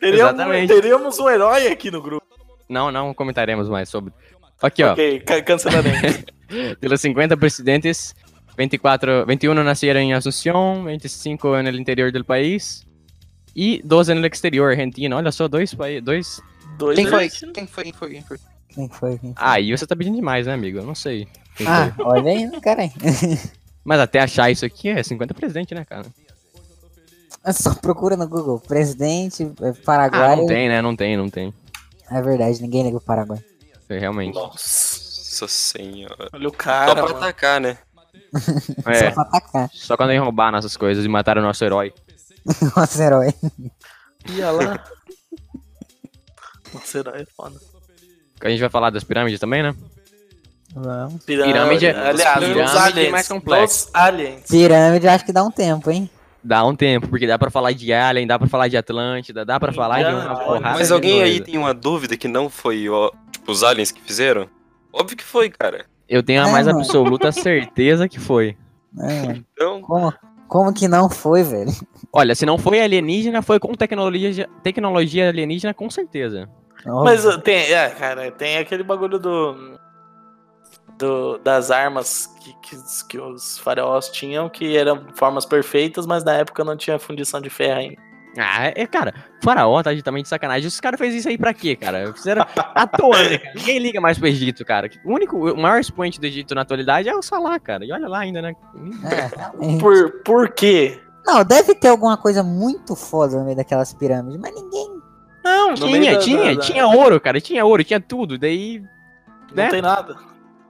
teríamos,
Exatamente.
teríamos um herói aqui no grupo.
não, não comentaremos mais sobre. Aqui, ó,
Ok, ca- cancelaremos.
pelos 50 presidentes, 24, 21 nasceram em Assunção, 25 no interior do país e 12 no exterior, Argentina. Olha só, dois países, dois. é
Dois
Quem foi?
heróis.
Quem foi? Quem foi? Quem foi?
Quem foi? Quem foi?
Ah, e você tá pedindo demais, né, amigo? Eu não sei. quem foi.
Ah, olha aí, né, cara.
Mas até achar isso aqui é 50 presidente, né, cara?
É Só procura no Google. Presidente, é,
Ah,
Paraguai.
não tem, né? Não tem, não tem.
é verdade, ninguém liga o Paraguai.
É, Realmente.
Nossa,
Nossa senhora.
olha o
Só
cara.
pra
mano.
atacar, né?
Só
É,
pra atacar.
só quando eles roubar nossas coisas e mataram o nosso herói.
Nosso herói.
Ia lá. Nossa, herói é foda.
A gente vai falar das pirâmides também, né?
Vamos.
Pirâmide é-
aliás,
pirâmide
os
é
aliens.
mais complexo.
Os aliens.
Pirâmide, eu acho que dá um tempo, hein?
Dá um tempo, porque dá pra falar de Alien, dá pra falar de Atlântida, dá pra falar de
Indiana
uma
Jones.
porrada
Então, Mas
de
alguém aí
coisa.
tem uma dúvida que não foi, ó, tipo, os aliens que fizeram? Óbvio que foi, cara.
Eu tenho a
É,
mais
mano.
absoluta certeza que foi.
É, mano.
Então,
como, como que não foi, velho?
Olha, se não foi alienígena, foi com tecnologia, tecnologia alienígena, com certeza.
Mas uh, tem, é, cara, tem aquele bagulho do. do- das armas que, que, os- que os faraós tinham, que eram formas perfeitas, mas na época não tinha fundição de ferro ainda.
Ah, é, cara, faraó tá de- também de sacanagem. Esse cara fez isso aí pra quê, cara? Fizeram à toa, né, cara? Ninguém liga mais pro Egito, cara. O único, o maior expoente do Egito na atualidade é o Salah, cara. E olha lá ainda, né?
É, realmente.
uh, Por, por quê?
Não, deve ter alguma coisa muito foda no meio daquelas pirâmides, mas ninguém.
Não, no meio da-
tinha, tinha,
da- da-
tinha ouro, cara. Tinha ouro, tinha tudo. Daí,
Não
né?
tem nada.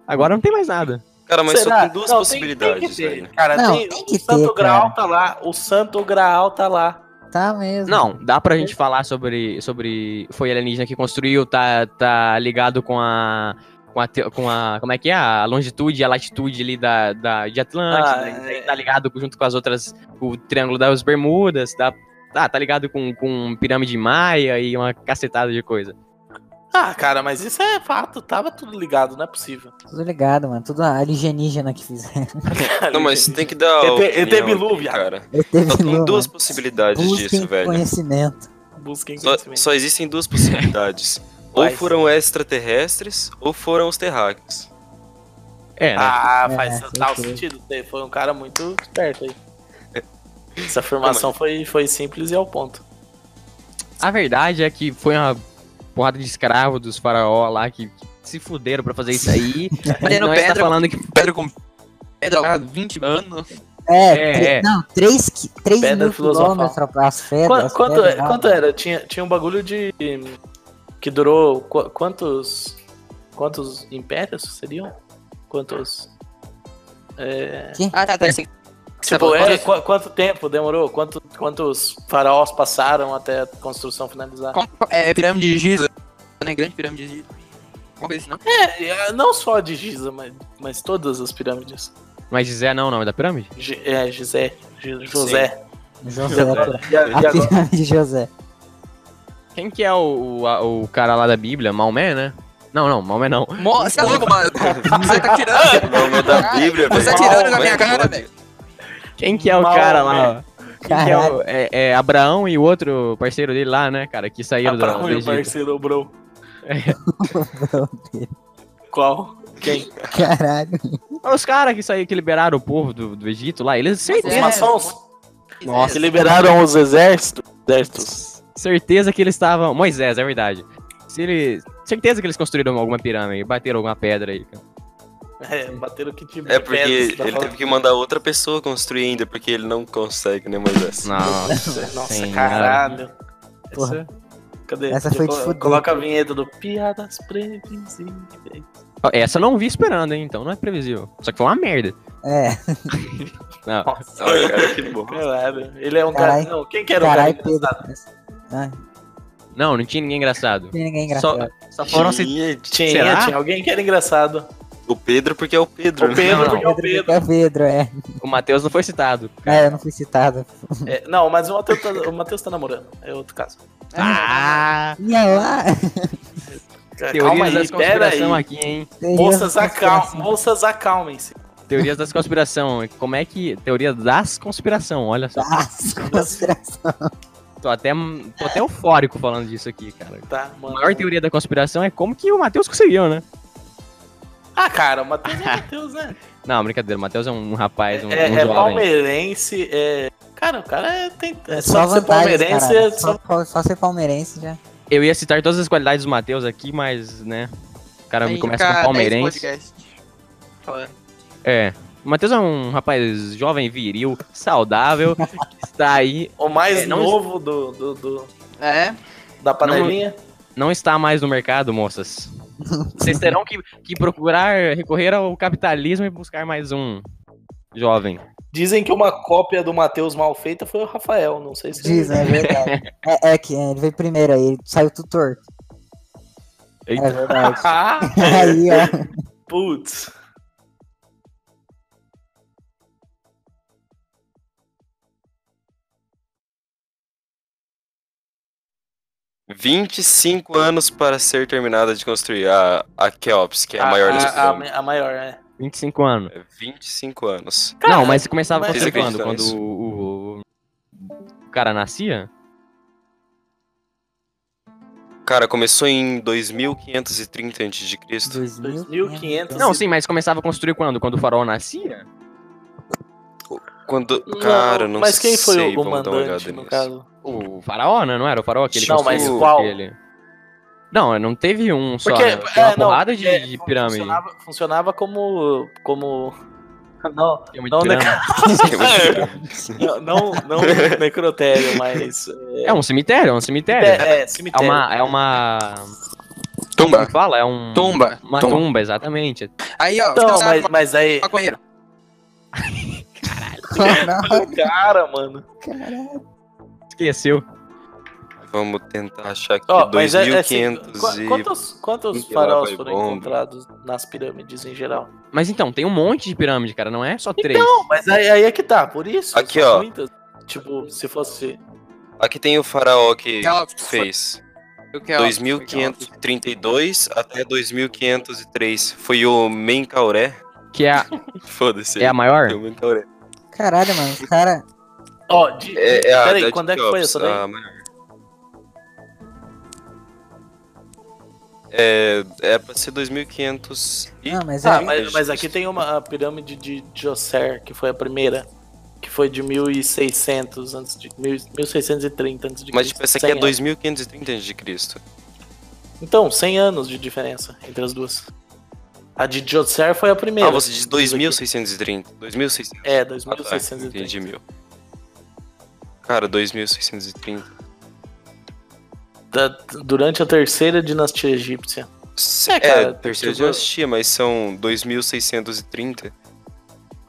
agora não tem mais nada.
cara, mas
Será?
só tem duas
Não, Ah, tem- tem que
possibilidades, né?
ter,
velho.
Cara,
Não,
tem,
tem
o
que ter,
Santo
cara.
Graal tá lá. O Santo Graal tá lá.
Tá mesmo.
Uhum.
Não, dá pra gente falar sobre. sobre foi alienígena que construiu, tá, tá ligado com a. Com a, te- com a. Como é que é? A longitude e a latitude ali da, da, de Atlântida.
Ah, é.
Tá ligado junto com as outras. O Triângulo das Bermudas. Tá, tá, tá ligado com, com Pirâmide Maia e uma cacetada de coisa.
Ah, cara, mas isso é fato. Tava tudo ligado, não é possível.
Tudo ligado, mano. Tudo alienígena que fizeram.
Não, mas tem que dar.
ET
opinião aqui,
Bilu, viado.
cara.
Eu teve
Só tem
lua,
duas
mano.
possibilidades
Busquem
disso, velho.
conhecimento.
Busquem
Só,
conhecimento.
só existem duas possibilidades. ou
Quais?
foram extraterrestres, ou foram os terráqueos.
É, né?
Ah,
É,
faz
com
total
certeza.
sentido. Você Foi um cara muito esperto aí.
É.
Essa afirmação foi, foi simples e ao ponto.
A verdade é que foi uma porrada de escravo dos faraó lá que, que se fuderam pra fazer isso aí. Mas
Batendo
nós tá
pedra-
falando que
Pedro com. Pedro há 20 anos.
É,
É,
tre-
é.
não, 3,
Pedra
mil
filosofal.
quilômetros pra- as
Qua-
pedras.
quanto, é,
pedras,
quanto era? Tinha, tinha um bagulho de. que durou. qu- quantos. quantos impérios seriam? Quantos.
Ah, tá, tá. Esse...
Tipo, é, qu- quanto tempo demorou? Quanto, quantos faraós passaram até a construção finalizar?
É, pirâmide de Giza. Né? Grande pirâmide de Giza. Alguma coisa assim, não?
É, é, não só de Giza, mas, mas todas as pirâmides.
Mas Gizé não, é o nome da pirâmide?
Gi- é, Gizé. Gi- José. Tá
José, é?
E a- e
a
agora-
pirâmide de José.
Quem que é o, o, a- o cara lá da Bíblia? Maomé, né? Não, não, Maomé não.
Mo- Você é louco, mano. Você tá
O
tirando.
nome é da Bíblia, velho.
Você tá tirando com a
Como é
minha
que
cara,
pode?
velho.
Quem que é o
Maomé.
cara lá? ó? Quem que é,
Caralho.
o, é, é Abraão e o outro parceiro dele lá, né, cara? Que saíram do,
Abraão
do
e o
Egito.
parceiro, bro. Qual? Quem?
Caralho.
É Os caras que saíram, que liberaram o povo do, do Egito lá, eles
Os
É.
certeza,
maçons?
Nossa,
Que liberaram os exércitos? Exércitos.
certeza que eles estavam. Moisés, é verdade. Se ele... Certeza que eles construíram alguma pirâmide, bateram alguma pedra aí. cara.
É, bateram que tipo
É porque
pedras, tá
ele
falando?
teve que mandar outra pessoa construir ainda, porque ele não consegue, né, Moisés?
Nossa.
Nossa,
Senhora.
caralho.
é. Porra.
Essa- Cadê?
Essa foi de
Colo-
fuder.
Coloca a vinheta do Piadas Previsíveis.
Ó, Essa eu não vi esperando, hein? Então não é previsível. Só que foi uma merda.
É,
Não.
Nossa,
Ah, cara, que bom.
caralho. Ele é um
Carai.
cara. Não, quem que era o cara
caralho,
engraçado?
Pedro. Ah, não
Não, não tinha ninguém engraçado.
tem ninguém
Só,
engraçado.
só foram se...
Tinha
Tinha,
Será?
tinha alguém que era engraçado.
O Pedro, porque é o Pedro,
O
né?
Pedro,
Não, não.
porque é o Pedro.
É o Pedro, é.
O Matheus não foi citado.
Ah, eu não fui citado.
É, não, mas o Matheus, tá, o Matheus tá namorando. É outro caso.
Ah!
Ia lá.
É, calma
Teorias
aí,
das
pera aí.
conspiração aqui, hein?
Moças, acal moças acalmem-se.
Teorias das conspiração. Como é que... Teoria das conspiração, olha só.
Asco, conspiração.
Tô até, tô até eufórico falando disso aqui, cara.
Tá,
A
mano.
maior teoria da conspiração é como que o Matheus conseguiu, né?
Ah, cara, o Matheus é o Matheus, né?
Não, brincadeira. O Matheus é um rapaz, um,
É,
um
é
jovem.
palmeirense, é. Cara, o cara é, tem, é
Só
só, ser
vantagens,
palmeirense.
cara.
É
Só,
só...
só- só ser palmeirense já.
Eu ia citar todas as qualidades do Matheus aqui, mas, né... O cara me
Aí,
começa
cara,
com
dez
palmeirense.
podcasts. Falando.
É. O Matheus é um rapaz jovem, viril, saudável, que está aí,
O mais
É, não-
novo do, do, do-
É.
da panelinha.
não está mais no mercado, moças. Vocês terão que, que procurar recorrer ao capitalismo e buscar mais um jovem.
Dizem que uma cópia do Matheus mal feita foi o Rafael. Não sei se.
Diz, né? É verdade. É, é que ele veio primeiro aí, ele saiu tutor. É
Eita.
verdade.
Ah,
aí, ó.
putz.
né? 25 anos para ser terminada de construir a, a Keops, que é a,
Ah,
maior das
a,
pirâmides.
a, a maior, é.
25 anos.
É 25 anos.
não, mas começava
mas-
com você
Vocês
quando?
acreditam
Quando
nisso?
o, o- o cara nascia?
Cara, começou em 2530 a.C.
2.500.
Não, sim, mas começava a construir quando? Quando o farol nascia?
Quando. Cara, não
Mas quem foi
sei,
o
vamos dar uma
mandante,
olhada
no
nisso.
caso?
O faraó, né? Não era o faraó aquele
Não,
construiu
mas qual?
aquele- Não, não teve um só.
Porque,
né? Tem uma
é, não,
porrada de,
porque
de pirâmide.
Funcionava, funcionava como. como. Não,
Tem muito
não, né,
pirâmide.
não, não, não necrotério, mas.
É um cemitério, é um cemitério. É,
É, é, cemitério.
uma. É uma. Como
Tumba.
que fala? É um.
Tumba.
Uma
Tumba.
tumba, exatamente.
Aí, ó.
Então,
você sabe
mas, mas aí.
qual maconheiro.
Caralho,
Cara, mano.
caralho.
Esqueceu.
Vamos tentar achar aqui.
Ó, mas é, é assim,
2500
qu-
e.
quantos, quantos
e lá
faraós
vai
foram
bomba.
encontrados nas pirâmides em geral?
Mas então, tem um monte de pirâmide, cara, não é só três.
Mas aí, aí é que tá, por isso.
Aqui,
são
ó.
muitas. Tipo, se fosse.
Aqui tem o faraó que
Keops.
fez.
Foi o Keops, foi o Keops.
2532 até 2503. Foi o Menkauré.
Que é a,
Foda-se.
é a maior?
Foi o Menkauré.
Caralho, mano. Os cara.
Ó, de,
É, é a
peraí,
Dead
quando é que foi
Keops,
essa daí?
a maior. É, é pra ser 2500 e...
Não, mas
Ah,
é.
mas, mas aqui tem uma a pirâmide de Djoser, que foi a primeira, que foi de 1600 antes de 1000 1630 antes de
Mas
Cristo,
tipo, essa aqui
100
é
anos.
2530 a.C.
Então, 100 anos de diferença entre as duas. A de Djoser foi a primeira.
Ah, você diz 2630. 2630.
É,
Ah, tá,
2630.
entendi, mil. Cara, 2630.
Da- durante a terceira dinastia egípcia.
É,
cara,
terceira
tipo-
dinastia, mas são 2630.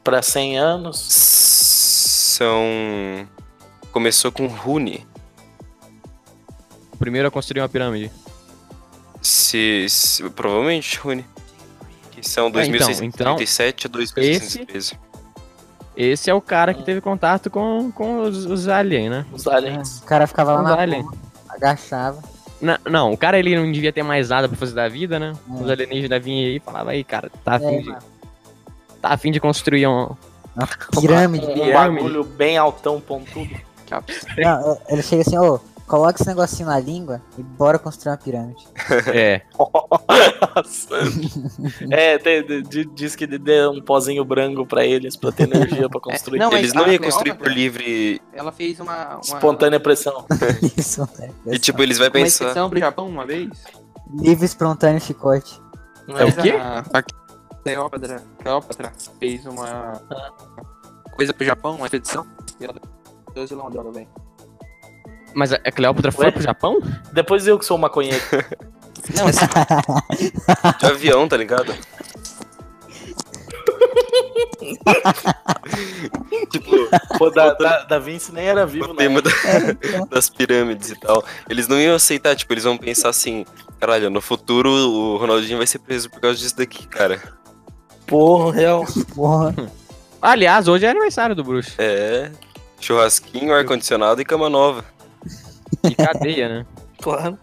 Pra 100 anos.
São. Começou com Rune.
O primeiro a construir uma pirâmide.
Se, se- provavelmente Rune. Que são
então,
2637 a 2613.
Esse é o cara que teve contato com, com os, os aliens, né?
Os aliens.
ah, O cara ficava lá
Os
na
aliens.
ponta, agachava.
Na- não, o cara ele não devia ter mais nada pra fazer da vida, né?
Hum.
Os alienígenas vinham aí e falavam aí, cara, tá afim,
É,
de, tá afim de construir um.
Uma pirâmide.
É,
Um
é,
bagulho bem altão, pontudo.
Que é uma pessoa.
Não, é- ele chega assim, ô, coloca esse negocinho na língua e bora construir uma pirâmide.
É.
Nossa. é, tem- de- de- diz que dê um pozinho branco pra eles pra ter energia pra construir.
não, mas-
eles...
Eles não é
é
a
iam construir por
Cleópatra-
livre.
Ela fez uma. uma
Espontânea pressão.
Isso, né?
E tipo, eles vão
Uma
pensar.
inspeção pro Japão uma vez.
Livre, espontâneo chicote.
É o
Mas
quê?
A, a Cleópatra, Cleópatra fez uma coisa pro Japão, uma expedição. E ela trouxe lá uma droga, velho.
Mas a a Cleópatra foi
Ué?
pro Japão?
Depois eu que sou um maconheiro.
Não, assim,
De avião, tá ligado? tipo,
Pô, da, da, da Vinci nem era vivo,
o
né?
tema da- das pirâmides e tal. Eles não iam aceitar, tipo, eles vão pensar assim, caralho, no futuro o Ronaldinho vai ser preso por causa disso daqui, cara.
Porra, real.
Porra.
Aliás, hoje é aniversário do bruxo.
É. Churrasquinho, ar-condicionado e cama nova.
E cadeia, né?
Claro.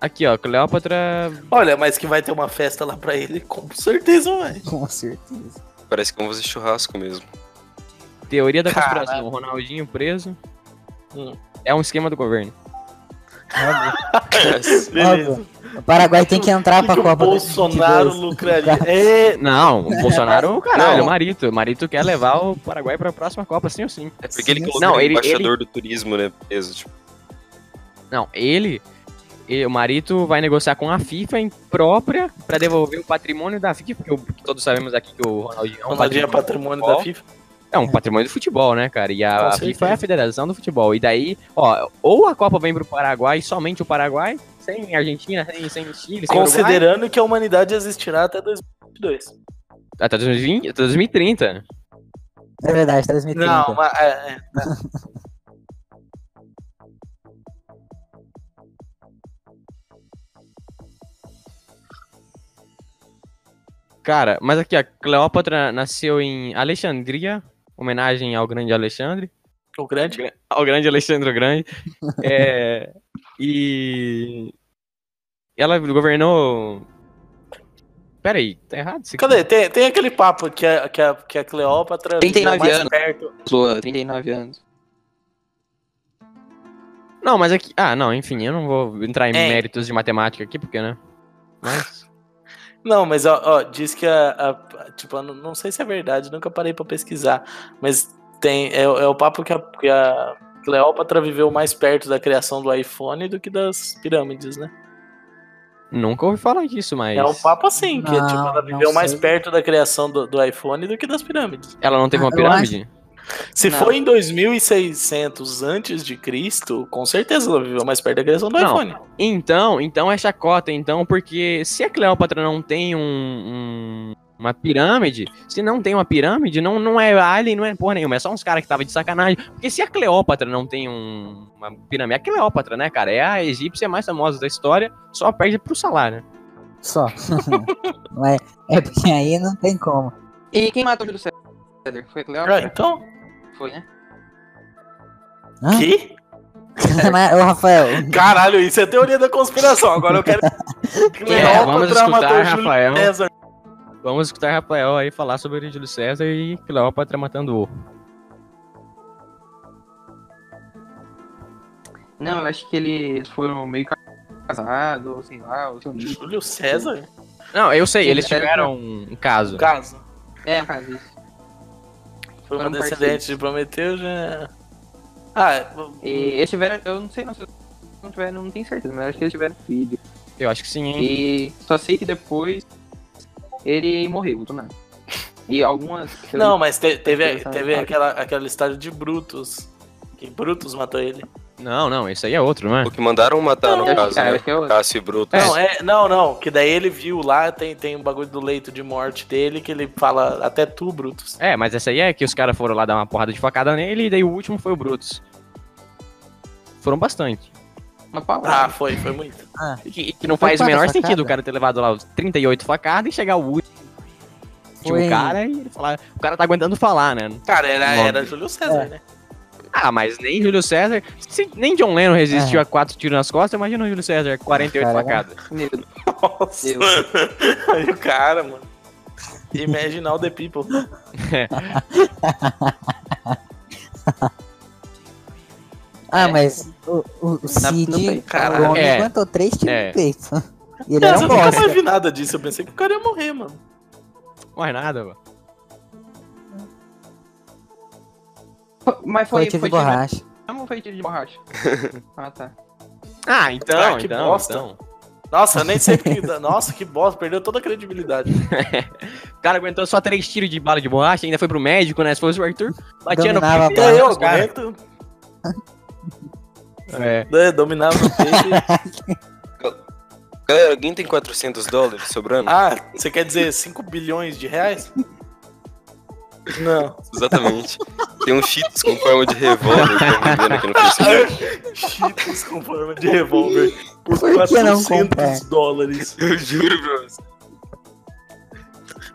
Aqui, ó, Cleópatra.
Olha, mas que vai ter uma festa lá pra ele, com certeza vai.
Com certeza.
Parece que vão fazer churrasco mesmo.
Teoria da
Caralho.
conspiração. O Ronaldinho preso.
Hum.
É um esquema do governo.
Óbvio.
Beleza.
Óbvio. O Paraguai tem que entrar
O
pra
que que
Copa.
o Bolsonaro
22.
lucraria. É,
Não, o Bolsonaro, caralho,
Não.
o Marito. O Marito quer levar o Paraguai pra próxima Copa, sim ou sim.
É porque ele
Sim,
colocou
não,
o
ele-
embaixador do turismo, né? Preso, tipo.
Não, ele. e- O Marito vai negociar com a FIFA em própria pra devolver o patrimônio da FIFA, porque o- todos sabemos aqui que o Ronaldinho é um
Ronaldinho é
patrimônio,
patrimônio
do
da
futebol.
FIFA.
É um patrimônio do futebol, né, cara? E
Com
a, a
certeza.
FIFA é a federação do futebol. E daí, ó, ou a Copa vem pro Paraguai, somente o Paraguai, sem Argentina, sem, sem Chile, sem Uruguai.
Considerando que a humanidade existirá até 2022.
Até 2020, até 2030.
É verdade, 2030.
Não, mas. é, é.
Cara, mas aqui, a Cleópatra nasceu em Alexandria, homenagem ao grande Alexandre.
O grande.
Ao grande Alexandre o Grande. É, e. Ela governou. Peraí, tá errado isso aqui?
Cadê? Tem, tem aquele papo que a, que a, que a Cleópatra
39
viveu mais
anos.
perto.
pessoa, 39 anos.
Não, mas aqui. Ah, não, enfim, eu não vou entrar em
É.
méritos de matemática aqui, porque, né? Mas.
Não, mas ó, ó, diz que a. a- tipo, eu não, não sei se é verdade, nunca parei pra pesquisar. Mas tem. É, é o papo que a, que a Cleópatra viveu mais perto da criação do iPhone do que das pirâmides, né?
Nunca ouvi falar disso, mas.
É um papo assim, que
Não,
tipo, ela
não
viveu mais
sei.
perto da criação do, do iPhone do que das pirâmides.
Ela não teve uma
Eu
pirâmide?
Se
Não.
foi em 2600 antes de Cristo, com certeza ela viveu mais perto da criação do
Não.
iPhone.
Então, então é chacota, então, porque se a Cleópatra não tem um, um- uma pirâmide, se não tem uma pirâmide, não, não é alien, não é porra nenhuma, é só uns caras que tava de sacanagem. Porque se a Cleópatra não tem um, uma pirâmide, a Cleópatra, né, cara, é a egípcia mais famosa da história, só perde pro né? salário.
Só. mas é porque aí não tem como.
E quem matou o Júlio César? Foi
Ah,
Cleópatra?
então.
Foi, né?
Hã?
Que?
mas, ô, Rafael,
Caralho, isso é teoria da conspiração. Agora eu quero.
É, vamos
Cleópatra matou
escutar
Júlio
Rafael.
César.
Vamos escutar Rafael aí falar sobre Júlio César e Cleópatra matando o.
Não, eu acho que eles foram meio casados, ou sei lá, ou sei lá.
Júlio César?
Não, eu sei,
Sim,
eles
é.
tiveram um caso.
Caso.
É, faz isso.
Foi um uma
Foram
descendente de Prometeu, já. é. Ah,
E eles tiveram, eu não sei, não, se não tiveram, não tenho certeza, mas acho que eles tiveram filho.
Eu acho que sim, hein?
E só sei que depois ele morreu do nada. E algumas. eu
não, mas te- teve,
Interessante.
teve aquela, aquela história de Brutus. Que Brutus matou ele.
Não, não, esse aí é outro, não é?
O que mandaram matar, no
Não,
caso,
cara,
né?
acho que é o-
Cássio e Bruto.
Não, é, não, não, que daí ele viu lá, tem, tem um bagulho do leito de morte dele que ele fala até tu, Brutus.
É, mas essa aí é que os caras foram lá dar uma porrada de facada nele e daí o último foi o Brutus. Foram bastante.
Uma
Ah,
palavra.
foi, foi muito.
E que, e que não faz o menor
Facada,
sentido o
facada.
cara ter levado lá os 38 facadas e chegar o último um
Foi-
cara e ele falar. O cara tá aguentando falar, né?
Cara, era,
Nossa.
era Júlio César,
É.
né?
Ah, mas nem Júlio César. se nem John Lennon resistiu
É. Ah,
a quatro tiros nas costas, imagina o Júlio César, 48
Cara, é
facadas.
Meu
Nossa.
Deus.
Aí o cara, mano. Imagine all the people.
Ah,
É.
mas o, o, o
Tá-
Cid
não tem- caralho.
o homem
É.
aguentou três tiros
É.
no peito. E ele
Cara,
era
eu
um
nunca
bosta.
mais vi nada disso. Eu pensei que o cara ia morrer, mano.
Mais nada, mano.
Mas
Foi
foi,
tiro
foi
de borracha.
Não foi tiro de borracha. Ah, tá.
Ah, então,
Ah, que
então,
bosta.
então.
Nossa, eu nem sei porque. Nossa, que bosta. Perdeu toda a credibilidade.
O cara aguentou só três tiros de bala de borracha, ainda foi pro médico, né? Se fosse o Arthur, batia
Dominava
no
a
Até
peito.
eu
os caras-
aguento.
É.
né, Dominava o peito.
Galera, alguém tem 400 dólares sobrando?
Ah, você quer dizer 5 bilhões de reais? Não.
Exatamente. Tem um Cheetos com forma de revólver que eu tô vendo aqui no Facebook.
Cheetos com forma de revólver por
Por que não comprar?
400 dólares.
Eu juro pra você.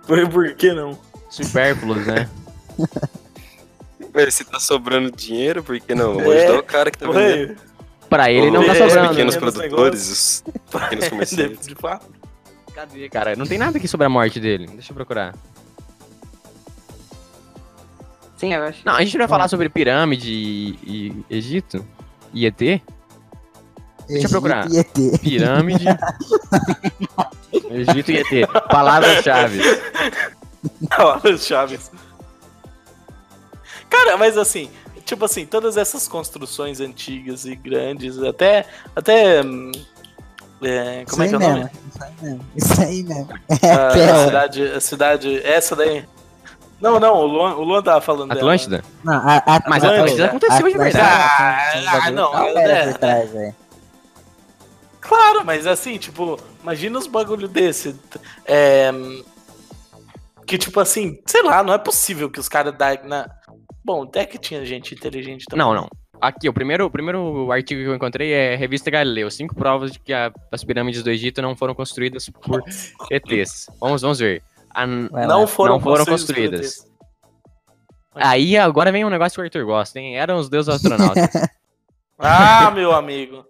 Por, por que não?
Supérfluos, né?
Velho, se tá sobrando dinheiro, por que não? Vamos
É.
ajudar o cara que tá vendendo.
Ué,
Pra ele não
Ô, é,
tá
Os
sobrando.
pequenos
né?
produtores, os pequenos
de,
comerciantes.
de fato.
Cadê, né? cara? Não tem nada aqui sobre a morte dele. Deixa eu procurar.
Sim, eu acho.
Não, a gente não vai
Hum.
falar sobre pirâmide e, e Egito? E ET? Deixa eu procurar.
Egito e ET.
Pirâmide. Egito e ET. Palavra-chave.
Palavras chaves. Cara, mas assim, tipo assim, todas essas construções antigas e grandes, até. até hum, é, como é que
Isso
é o
aí
nome?
mesmo, Isso aí mesmo. Isso aí mesmo. É
A, a
né? aquela.
cidade, a cidade. Essa daí. Não, não, o Luan, o Luan tava falando dela.
Atlântida?
Não, a, a,
Mas
a
a-
Atlântida
aconteceu de
Atlântida
verdade.
tinha- tinha uns
Ah, não,
bagulho-
é-
era por trás, velho.
Claro, mas assim, tipo, imagina os bagulho desse. É, que, tipo assim, sei lá, não é possível que os caras da. Na... Bom, até que tinha gente inteligente também.
Não, não. Aqui, o primeiro, o primeiro artigo que eu encontrei é Revista Galileu. Cinco provas de que a- as pirâmides do Egito não foram construídas por ETs. Vamos, vamos ver. A-
Vai lá.
Não foram,
Não foram
construídas.
construídas. aí agora vem um negócio que o Arthur gosta, hein? Eram os deuses astronautas.
Ah, meu amigo.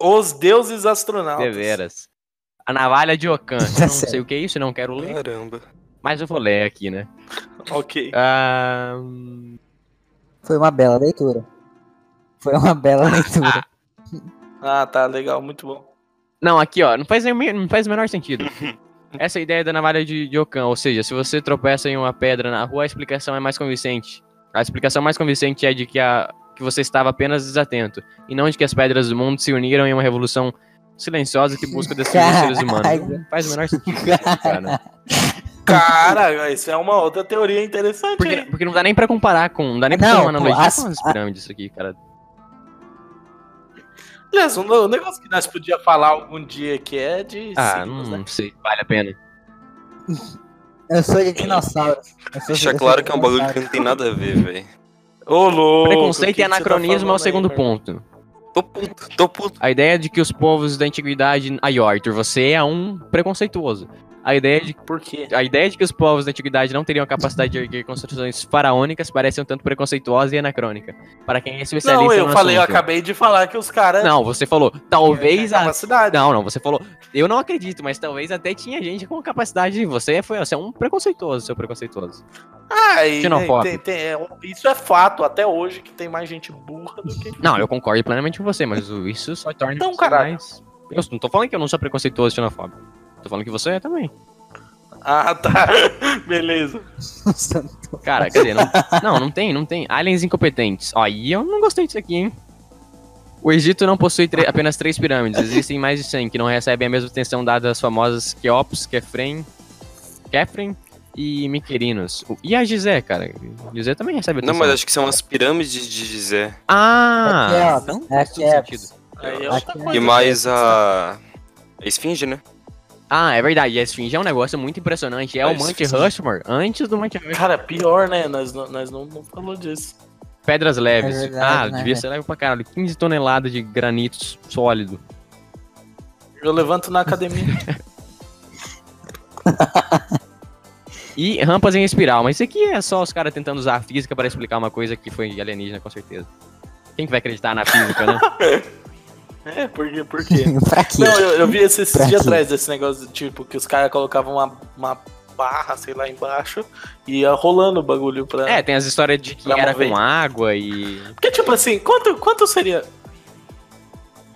Os deuses astronautas.
Deveras. A navalha de Ocan. Eu Não sei
certo.
o que é isso, eu não quero ler,
Caramba.
mas eu vou ler aqui, né?
Ok.
Ah,
Foi uma bela leitura. Foi uma bela leitura.
Ah, tá, legal, muito bom.
Não, aqui, ó, não faz, nem, não faz o menor sentido. Essa ideia da navalha de, de Ockham, ou seja, se você tropeça em uma pedra na rua, a explicação é mais convincente. A explicação mais convincente é de que, a, que você estava apenas desatento, e não de que as pedras do mundo se uniram em uma revolução silenciosa que busca destruir os seres humanos. Não faz o menor sentido, cara.
Cara, isso é uma outra teoria interessante.
Porque,
hein?
porque não dá nem pra comparar com... Não dá nem pra
Não,
fazer uma
pô,
analogia
as-
com as pirâmides isso aqui, cara.
Aliás, um um negócio que nós podíamos falar algum dia que é de
Ah,
signos, né?
não sei se vale a pena.
Eu sou de dinossauro. Eu sou- eu
Deixa
sou
claro
de
que é um bagulho que
dinossauro.
não tem nada a ver, velho.
Ô, louco. o
Preconceito
que
e
que você tá
anacronismo é o
falando aí,
segundo
Marcos?
ponto.
Tô puto, tô puto.
A ideia de que os povos da antiguidade. Aí, ó, Arthur, você é um preconceituoso. A ideia, de,
Por quê?
a ideia de que os povos da antiguidade não teriam a capacidade de erguer construções faraônicas parece um tanto preconceituosa e anacrônica. Para quem é especialista
Não, eu
no
falei, eu
assunto.
acabei de falar que os caras. né,
Não, você falou, talvez
tinham
a.
capacidade.
Não, não, você falou, eu não acredito, mas talvez até tinha gente com capacidade. Você foi, você é um preconceituoso, seu preconceituoso.
Ah, e
xenofóbico.
tem- tem- é, isso é fato, até hoje, que tem mais gente burra do que.
Não, eu concordo plenamente com você, mas o- isso só torna
Então,
você
caralho.
mais. Eu não tô falando que eu não sou preconceituoso e xenofóbico. Tô falando que você é também.
Ah, tá. Beleza.
Cara, quer dizer, não, não, não tem, não tem. Aliens incompetentes. Ó, e eu não gostei disso aqui, hein? O Egito não possui tre- apenas três pirâmides, existem mais de 100 que não recebem a mesma atenção dada às famosas Keops, Kefren, Kefren e Miquerinos. O- E a Gizé, cara? Gizé também recebe
Não,
atenção.
mas acho que são umas pirâmides de Gizé.
É.
Ah!
Aqui, ó,
Não faz
aqui,
todo
ó.
sentido. tá
Aí é outra
Aqui-
coisa.
E mais a. A esfinge, né?
Ah, é verdade. E a Esfinge é um negócio muito impressionante. É o
Mas
Monte
esfinge-
Rushmore. Antes do Monte Rushmore.
Cara, pior, né? Nós, não- nós não, não falamos disso.
Pedras leves.
É verdade,
ah,
né,
devia
velho?
ser leve pra caralho. 15 toneladas de granito sólido.
Eu levanto na academia.
E rampas em espiral. Mas isso aqui é só os caras tentando usar a física para explicar uma coisa que foi alienígena, com certeza. Quem que vai acreditar na física, né?
É, por quê? Por quê?
pra quê?
Não, eu, eu vi esses
Pra
dias
quê?
atrás desse negócio, tipo, que os caras colocavam uma, uma barra, sei lá, embaixo e ia rolando o bagulho pra.
É, tem as histórias de que
Vamos
era
ver.
com água e.
Porque, tipo assim, quanto, quanto seria.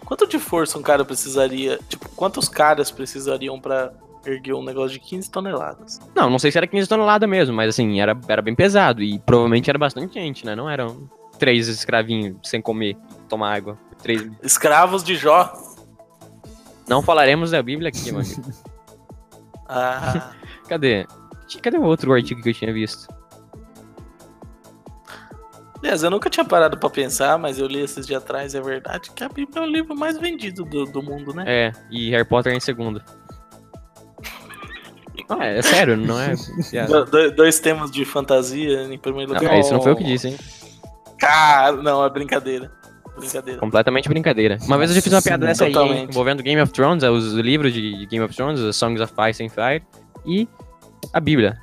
Quanto de força um cara precisaria. Tipo, quantos caras precisariam pra erguer um negócio de 15 toneladas?
Não, não sei se era 15 toneladas mesmo, mas assim, era, era bem pesado. E provavelmente era bastante gente, né? Não eram três escravinhos sem comer, tomar água. Três...
Escravos de Jó.
Não falaremos da Bíblia aqui, mano.
Ah,
Cadê? Cadê o outro artigo que eu tinha visto?
Aliás, eu nunca tinha parado pra pensar, mas eu li esses dias atrás, é verdade, que a Bíblia é o livro mais vendido do, do mundo, né?
É, e Harry Potter em segundo. Ah, é sério, não é. piada.
Do- do- dois temas de fantasia em primeiro lugar.
Não, é, isso não foi o que disse, hein?
Cara, não, é brincadeira. Brincadeira.
Completamente brincadeira. Uma vez eu já fiz uma piada
Sim,
dessa aí, hein,
totalmente.
envolvendo Game of Thrones, é, os livros de Game of Thrones, os Songs of Ice and Fire e a Bíblia.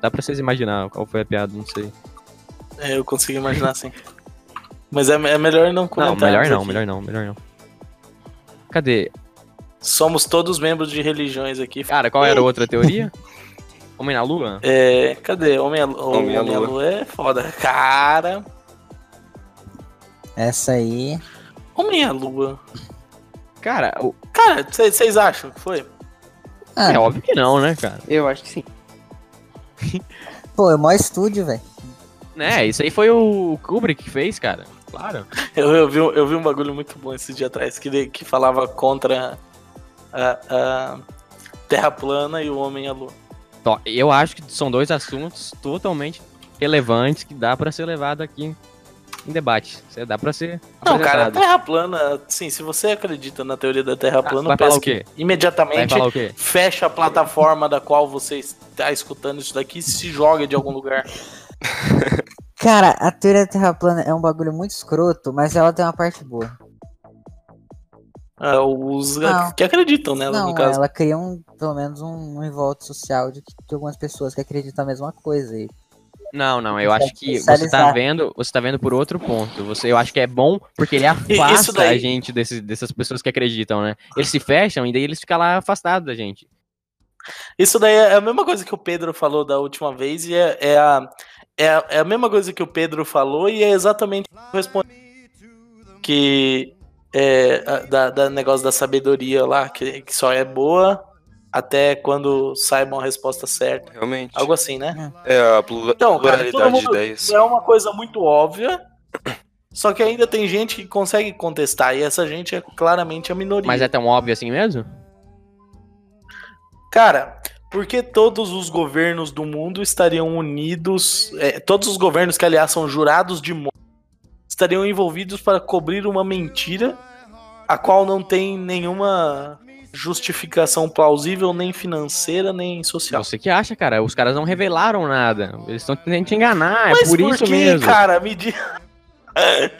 Dá pra vocês imaginar qual foi a piada, não sei.
É, eu consigo imaginar assim. Mas é, é melhor não
Não,
comentar.
melhor não,
aqui.
melhor não, melhor não. Cadê?
Somos todos membros de religiões aqui.
Cara, qual era a outra teoria? Homem na Lua?
É, cadê? Homem à Lua.
Homem
Homem
à
à
Lua.
Lua é foda. Cara,
Essa aí.
Homem à Lua.
Cara, o-
Cara, vocês acham que foi?
Ah,
é óbvio que não, né, cara?
Eu acho que sim.
pô, é mó estúdio, velho.
Né, isso aí foi o Kubrick que fez, cara. Claro.
Eu, eu, vi, um- eu vi um bagulho muito bom esse dia atrás que, de- que falava contra a, a Terra plana e o Homem à Lua.
Tó, Eu acho que são dois assuntos totalmente relevantes que dá pra ser levado aqui em debate. Cê- Dá pra ser.
Não, cara, a
apresentado.
Terra plana, sim, se você acredita na teoria da Terra plana,
Ah, vai falar
peço
o quê?
que
Vai
imediatamente
falar o quê?
fecha a plataforma da qual você está escutando isso daqui e se joga de algum lugar.
Cara, a teoria da Terra plana é um bagulho muito escroto, mas ela tem uma parte boa.
Ah, os
Não.
que acreditam
Né,
nela,
não,
no caso.
ela cria um, pelo menos um, um envolto social de, que- de algumas pessoas que acreditam a mesma coisa. E
Não, não, eu
Vai
acho que você tá
socializar.
vendo, você tá vendo por outro ponto. Você, eu acho que é bom porque ele afasta
daí-
a gente desse- dessas pessoas que acreditam, né? Eles se fecham e daí eles ficam lá afastados da gente.
Isso daí é a mesma coisa que o Pedro falou da última vez e é, é a, é, a, é a mesma coisa que o Pedro falou e é exatamente o que responde que é, a- da, da negócio da sabedoria lá que, que só é boa até quando saibam a resposta certa,
Realmente.
algo assim, né?
É a plura-
Então, cara,
pluralidade
todo
de
mundo-
ideias.
é uma coisa muito óbvia. Só que ainda tem gente que consegue contestar e essa gente é claramente a minoria.
Mas é tão óbvio assim mesmo?
Cara, por que todos os governos do mundo estariam unidos? é, todos os governos que, aliás, são jurados de morte estariam envolvidos para cobrir uma mentira a qual não tem nenhuma justificação plausível, nem financeira, nem social.
Você que acha, cara? Os caras não revelaram nada. Eles estão tentando te enganar, é
Mas
por, isso
que,
mesmo.
cara? Me diga.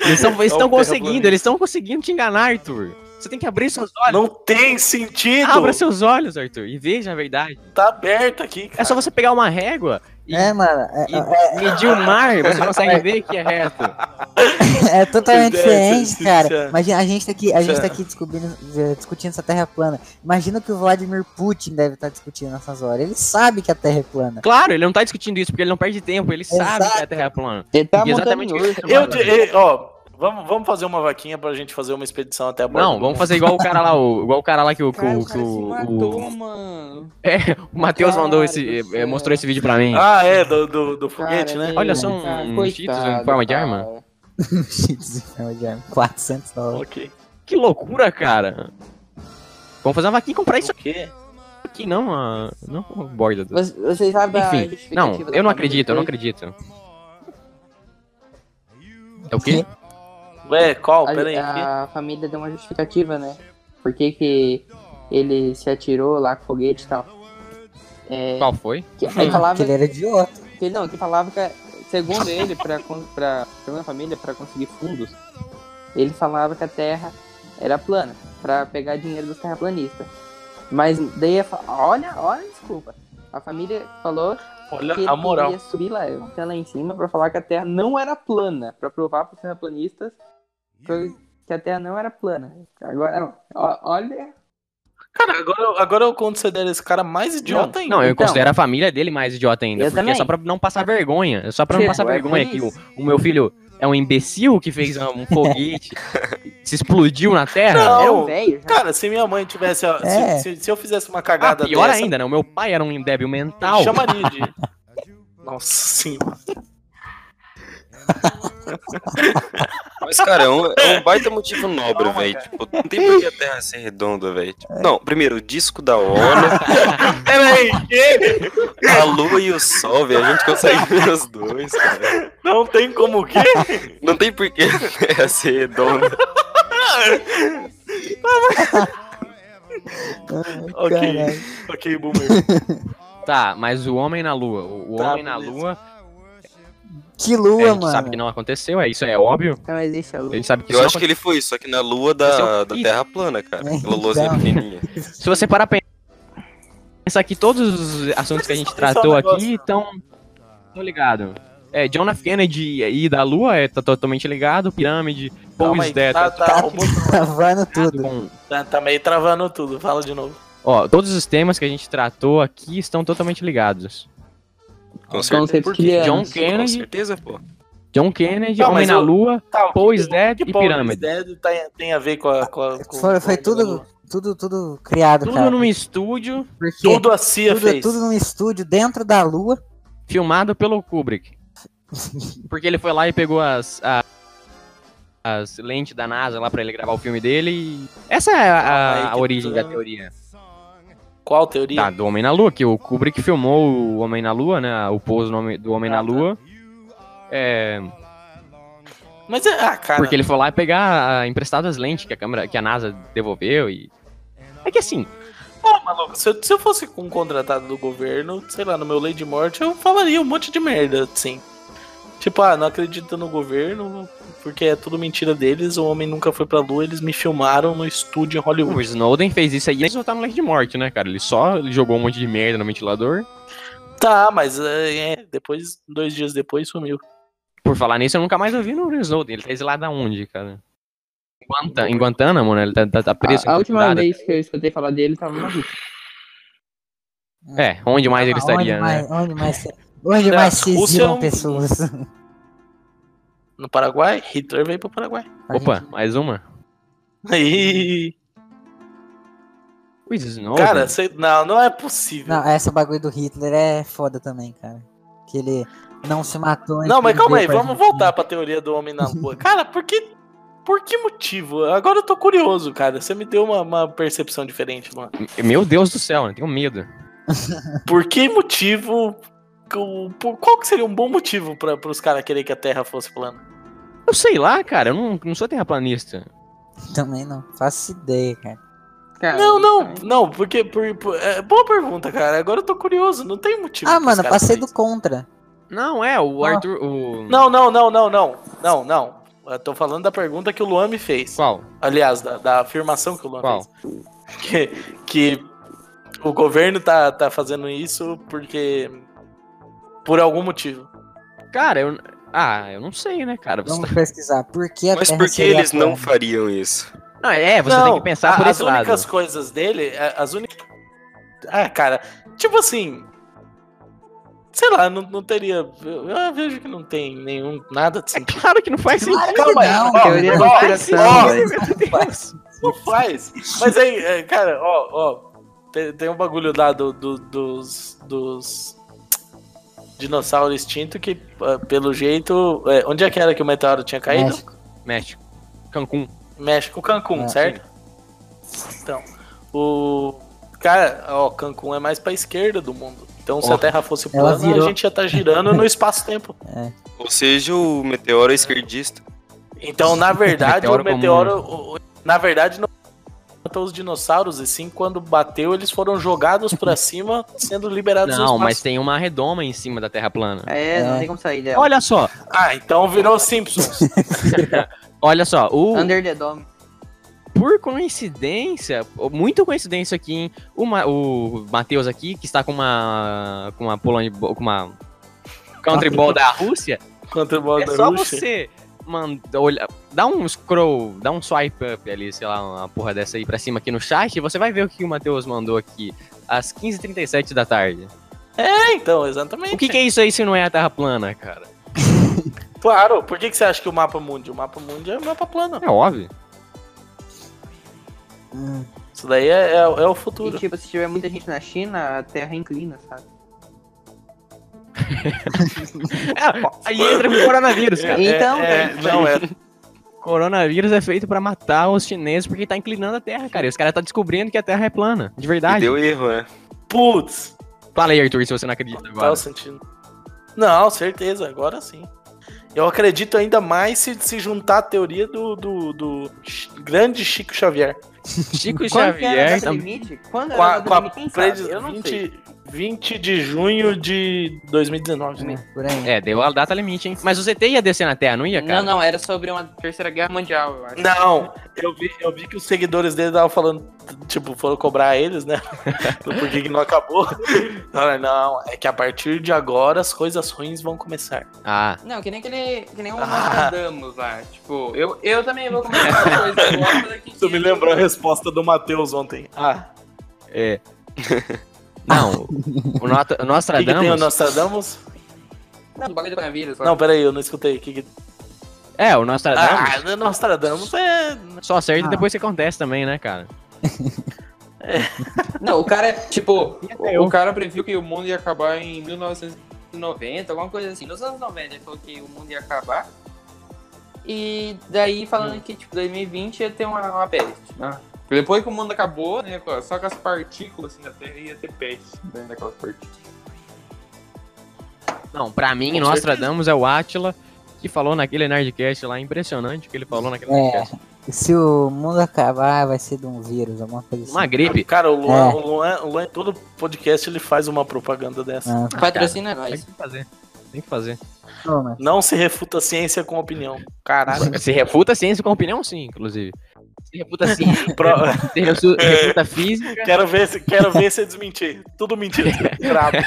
Eles estão
É o
conseguindo,
terraplanista.
eles estão conseguindo te enganar, Arthur. Você tem que abrir seus olhos.
Não tem sentido.
Abra seus olhos, Arthur, e veja a verdade.
Tá aberto aqui, cara.
É só você pegar uma régua e,
É, mano, é,
e medir o mar, você consegue ver que é reto.
é- é totalmente
Isso é-
diferente,
isso é-
cara.
isso é-
Imagina, a gente tá aqui, a
isso
gente tá
é-
aqui descobrindo, eh, discutindo essa Terra plana. Imagina o que o Vladimir Putin deve estar discutindo nessas horas. Ele sabe que a Terra é plana.
Claro, ele não tá discutindo isso porque ele não perde tempo, ele sabe que é a Terra é plana.
Ele tá
E exatamente
montando
o que
hoje.
você
Eu,
manda.
eu- ó, vamos, vamos fazer uma vaquinha pra gente fazer uma expedição até a borda
Não,
do
vamos
mundo.
fazer igual o cara lá, o, igual o cara lá que o, que
Cara,
o,
o
que
cara se
o,
matou,
o,
mano.
o Matheus
Cara
mandou
do
esse, eh,
céu.
mostrou esse vídeo pra mim.
Ah, é, do, do, do foguete,
Cara,
né?
meu,
Olha só um-
cara,
um
coitado,
Cheetos em forma de
cara.
arma.
Jesus, meu Deus, 400 é um dólares.
Ok.
Que loucura, cara. Vamos fazer uma vaquinha e comprar isso
O quê?
aqui, não, a, não a borda. tá Do...
Você, você sabe a
Enfim,
justificativa
não,
da
eu não
família
acredito, eu não
Coelho?
acredito. É o quê?
Ué, qual?
A-
Pera aí. o quê?
ah.
A, família deu uma justificativa, né? Por que que ele se atirou lá com foguete e tal. É,
Qual foi?
que, aí falava
Porque ele era idiota.
que ele não, que falava que, segundo ele, pra, con- pra, segundo a família, pra conseguir fundos, ele falava que a terra era plana, pra pegar dinheiro dos terraplanistas. Mas daí, a fa- olha, olha, a desculpa. A família falou
Olha
que ele
a moral.
ia subir lá, até lá em cima pra falar que a Terra não era plana, pra provar pros terraplanistas que que a Terra não era plana. Agora, ó, olha,
Cara, agora, eu- agora eu considero esse cara mais idiota ainda.
Não, eu
Então.
considero a família dele mais idiota ainda.
Eu
porque é
também.
só pra não passar vergonha. É só pra não
Tipo,
passar
é
vergonha
por
que o,
isso.
o meu filho é um imbecil que fez um foguete, se explodiu na Terra. Ah,
Não,
era um velho. já.
Cara, se minha mãe tivesse. ó, se-
É.
Se, se eu fizesse uma
Ah,
cagada
pior
dessa,
ainda, né? O meu pai era um débil mental.
eu chamaria de. Nossa senhora.
Mas, cara, é um, é um baita motivo nobre, velho. Tipo, não tem por que a Terra ser redonda, velho. Tipo, não, primeiro, o disco da ONU,
Peraí, que?
a Lua e o Sol, velho. A gente consegue ver os dois, cara.
Não tem como o quê?
Não tem por que a Terra ser redonda.
Ok.
Caralho.
ok, boomer.
Tá, mas o homem na lua. O o
Tá,
homem na
beleza.
lua,
Que
é, a
lua,
gente
mano.
sabe que não aconteceu, é isso é óbvio.
Então existe a
A
lua.
gente sabe que
Eu
isso
acho que
não
ele foi, só que na Lua
Esse é
da,
o
da
Pi.
Terra plana, cara. Aquela luazinha
Então.
pequenininha.
aconte- Se você parar pra pensar que todos os assuntos que a gente
Só- só
tratou
um negócio.
aqui estão. Tô ligado. É, John F. Kennedy e da Lua é tá totalmente ligado, pirâmide,
Calma
Pose
aí,
Dead,
tá,
tá
tá, o botão
Travando tudo.
com
tá, tá meio travando tudo. Fala de novo.
Ó, todos os temas que a gente tratou aqui estão totalmente ligados.
Com
Então,
certeza.
você
Por
queria-
quê?
John
Com
Kennedy,
certeza, pô.
John Kennedy,
Não,
Homem
mas
na
eu-
Lua,
Tá,
Pois
que-
Dead
que
e
Pois
Pirâmide.
Dead tá- tem a ver com a. com a- com-
Foi, foi
com-
tudo, tudo, tudo criado,
tudo
cara.
num estúdio
Porque
Tudo a CIA
é
tudo,
fez.
tudo num estúdio dentro da lua.
filmado pelo Kubrick. Porque ele foi lá e pegou as, a- as lentes da NASA lá pra ele gravar o filme dele e... Essa é a, a-
Ah, Aí que
a origem da
tudo-
teoria.
Qual teoria?
Tá, do Homem na Lua, que o Kubrick filmou o Homem na Lua, né? O pouso do Homem- do Homem
Ah,
na
tá.
Lua. É,
Mas é. Ah, cara.
Porque ele foi lá e pegar ah, emprestado as lentes que a câmera, que a NASA devolveu e. É que assim,
Pô, maluco, se eu, se eu fosse um contratado do governo, sei lá, no meu lei de morte, eu falaria um monte de merda, assim. Tipo, ah, não acredito no governo, porque é tudo mentira deles, o homem nunca foi pra lua, eles me filmaram no estúdio em
o
Hollywood.
Snowden fez isso aí e ele só tá no leque de morte, né, cara? Ele só ele jogou um monte de merda no ventilador.
Tá, mas é, é, depois, dois dias depois, sumiu.
Por falar nisso, eu nunca mais ouvi no Snowden. Ele tá exilado aonde, cara? Em Guanta- em Guantánamo, né? Ele tá, tá- tá preso.
A, a última
torturado.
vez que eu escutei falar dele, tava na Rússia.
É, onde mais ele
Ah, onde,
estaria, né?
mais, onde mais se, onde
É,
mais
a
se
Rússia é
exilam
um-
pessoas?
No Paraguai, Hitler veio pro Paraguai.
Opa, mais uma.
Aí,
O Snowden.
cara, sei- não, não é possível.
Não, essa bagulho do Hitler é foda também, cara. Que ele não se matou. antes
Não, mas
de
calma aí,
ver pra
vamos
Argentina.
voltar pra teoria do homem na lua. Cara, por que, por que motivo? Agora eu tô curioso, cara. Você me deu uma, uma percepção diferente, mano.
Meu Deus do céu, eu tenho medo.
Por que motivo? o- por- Qual que seria um bom motivo para os caras quererem que a Terra fosse plana?
Eu sei lá, cara, eu não, não sou terraplanista.
Também não faço ideia, cara. É,
Cara,
Não, não,
também.
não, porque. Por, por- é, boa pergunta, cara. Agora eu tô curioso, não tem motivo.
Ah,
pros
mano,
caras
passei
fazer
do contra.
Não, é, o
Ah.
Arthur. O...
isso. Não, não, não, não, não. Não, não. Eu tô falando da pergunta que o Luan me fez.
Qual?
Aliás, da, da afirmação que o Luan
Qual?
fez. Que, que o governo tá, tá fazendo isso porque. Por algum motivo.
Cara, eu. Ah, eu não sei, né, cara? Você
Vamos pesquisar. Por que a
Mas
Terra
por que
seria
eles não
plana?
fariam isso?
tá- Não, é, você tem que pensar por
a- Ah,
esse
As
lado.
únicas coisas dele, a- as únicas. Ah, cara, tipo assim. Sei lá, não, não teria. Eu, eu vejo que não tem nenhum nada assim de sentido.
Claro que não faz sentido.
Claro que
Calma aí,
não,
ó,
teoria da
ó,
conspiração,
ó,
velho.
Não faz. Mas aí, é, cara, ó, ó. Tem, tem um bagulho lá do, do- dos. dos. Dinossauro extinto que, ah, pelo jeito. é, onde é que era que o meteoro tinha caído?
México.
México. Cancún.
Mexe com Cancún,
Ah,
É,
certo? Então, o. Cara, ó, Cancún é mais pra esquerda do mundo. Então, se
Ó,
a Terra fosse
ela
plana, a
virou.
gente ia estar girando no espaço-tempo.
Ou seja, o meteoro é esquerdista.
Então, na verdade, o
Meteoro comum. né?
meteoro. o- o- na verdade, não matou os dinossauros, e sim, quando bateu, eles foram jogados pra cima, sendo liberados no
Não,
espaço.
mas tem uma redoma em cima da Terra plana.
É, não
É.
tem como sair dela.
Olha só,
Ah, então virou Simpsons.
olha só, o
Under the Dome.
por coincidência, muita coincidência aqui, hein? O, Ma- o Matheus aqui, que está com uma. com uma Polônia. com uma. Country Ball da Rússia,
Contra o bola
é
da
só
Rússia.
você manda, olha, dá um scroll, dá um swipe up ali, sei lá, uma porra dessa aí pra cima aqui no chat, e você vai ver o que o Matheus mandou aqui às 15h37 da tarde.
É, então, exatamente.
O que, que é isso aí se não é a Terra plana, cara?
Claro, por que, que você acha que o mapa mundi? O mapa mundi é o mapa plano.
É óbvio.
Hum,
Isso daí é, é, é o
E
futuro.
tipo, se tiver muita gente na China, a terra inclina, sabe?
É, aí entra o coronavírus, cara.
Então,
é,
né?
é, não é.
Coronavírus é feito pra matar os chineses porque tá inclinando a Terra, cara. E os caras tá descobrindo que a Terra é plana, de
E
verdade.
deu erro, né?
Putz,
Fala aí, Arthur, se você não acredita
tá
agora.
o sentido. Não, certeza, agora sim. Eu acredito ainda mais se, se juntar a teoria do, do, do Ch- grande Chico Xavier.
Chico
Quando que era a
Xavier
data
também.
limite? Quando
Com
era
a,
é, então.
com a
a data limite? Quem
predis-
sabe? Eu não
20,
sei.
20 de junho de 2019. Né?
é, por aí.
É, deu a data limite, hein? Mas o ZT ia descer na Terra, não ia, cara?
Não, não, era sobre uma terceira guerra mundial, eu acho.
Não, eu vi, eu vi que os seguidores dele estavam falando, tipo, foram cobrar eles, né? Do porquê que não acabou. Não, não, é que a partir de agora as coisas ruins vão começar.
Ah,
Não, que nem aquele. Que nem o
Ah.
Nostradamus lá. Tipo, eu, eu também vou começar essa coisa agora daqui.
Isso me lembrou a resposta do Matheus ontem. Ah,
é. Não, o, Not
o
o
que, que
Nostradamus.
tem o Nostradamus?
Não, do bagulho do coronavírus. lá.
Não, peraí, eu não escutei. O que tá que-
É, o Nostradamus.
Ah, o Nostradamus é.
Só acerta
Ah.
depois que acontece também, né, cara?
Não, o cara, tipo,
até
o,
eu.
o cara previu que o mundo ia acabar em 1990, alguma coisa assim. Nos anos 90 ele falou que o mundo ia acabar. E daí falando que, tipo, 2020 ia ter uma, uma peste. né? Depois que o mundo acabou, né, com- só com as partículas assim, na Terra ia ter peste dentro daquelas partículas.
Não, pra mim,
Com
Nostradamus é o Átila que falou naquele Nerdcast lá. Impressionante o que ele falou naquele
É,
Nerdcast.
se o mundo acabar, vai ser de um vírus, alguma coisa assim.
Uma gripe.
Cara, o Luan,
É.
o Luan, o Luan, todo podcast ele faz uma propaganda dessa.
Ah,
Patrocina
Tem
nós.
que fazer. Tem que fazer.
pô, mas-
Não se refuta a ciência com opinião. Caralho.
Se refuta a ciência com opinião, sim, inclusive. É. Se refuta a ciência,
Pro-
se refu- refuta a física,
Quero ver, se- quero ver você desmentir. Tudo mentira. Grave.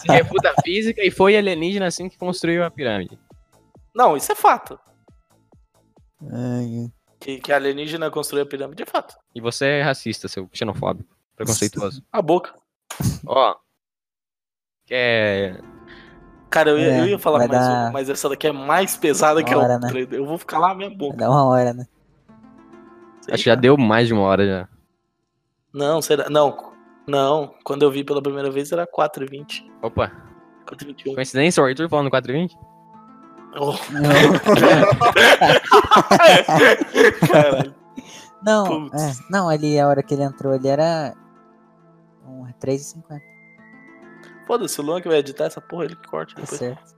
se refuta a física e foi alienígena assim que construiu a pirâmide.
Não, isso é fato.
Ai,
Que, que a alienígena construiu a pirâmide é fato.
E você é racista, seu xenofóbico, preconceituoso.
A boca.
Ó. É,
Cara, eu, ia-
É,
eu ia falar
vai
mais
dar-
uma, mas essa daqui é mais pesada que a
Hora, né?
outra. Eu vou ficar lá a minha boca.
dá uma hora, né?
acho que já deu mais de uma hora já.
Não, será? Não. Não. Quando eu vi pela primeira vez era 4h20.
Opa,
4h21.
coincidência, o Arthur falando 4h20?
Não,
Caralho.
não,
Putz.
é, não, ali a hora que ele entrou ali era. um, 3,50,
Foda-se, o Luan que vai editar essa porra, ele que corta
tá
depois.
certo.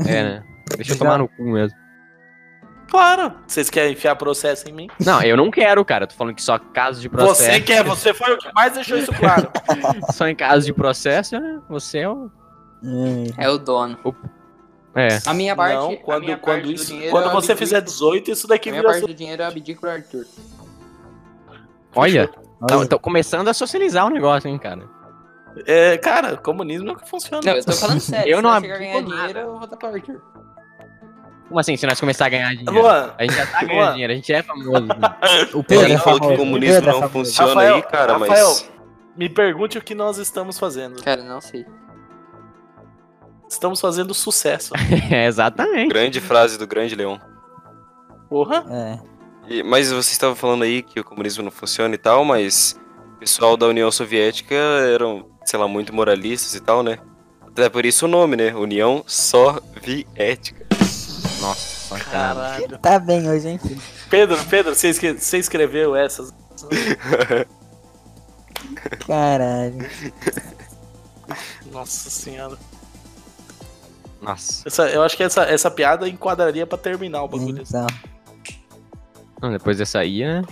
É, né? Deixa eu
Já.
tomar no cu mesmo.
Claro. Vocês querem enfiar processo em mim?
Não, eu não quero, cara. Tô falando que só caso de
Você
processo.
quer, você foi o que mais deixou isso claro.
Só em caso de processo, né? Você é o.
Ai,
É o dono.
É.
A minha parte.
não,
a minha
quando,
parte
quando,
do
isso,
dinheiro
quando
eu
você
abdico-
fizer 18, isso daqui
A minha
vira
parte
assunto.
do dinheiro eu abdico pro Arthur.
Olha,
olha,
tá, tá começando a socializar o negócio, hein, cara.
É, cara, comunismo nunca funciona.
Não, eu tô falando sério.
Eu
se
não
eu chegar a
abdico
ganhar
nada.
dinheiro, eu vou dar pro Arthur.
Como assim, se nós começar a ganhar dinheiro?
Luan,
A gente já tá ganhando
Boa.
dinheiro, a gente é famoso.
o
Ele
Pedro é
falou
famoso,
que
o
o comunismo
Pedro é
não
famoso.
funciona
Rafael,
aí, cara, mas.
Rafael. me pergunte o que nós estamos fazendo.
Cara, não sei.
Estamos fazendo sucesso.
é, exatamente.
Grande frase do grande leão.
Porra.
É,
E- mas você estava falando aí que o comunismo não funciona e tal, mas o pessoal da União Soviética eram, sei lá, muito moralistas e tal, né? Até por isso o nome, né? União Soviética.
Nossa, cara.
Caralho.
tá bem hoje, hein?
Pedro, Pedro, você esque- você escreveu essas.
Caralho.
Nossa senhora.
Nossa.
Essa- eu acho que essa, essa piada enquadraria pra terminar o bagulho.
Então,
Não, depois dessa aí, né?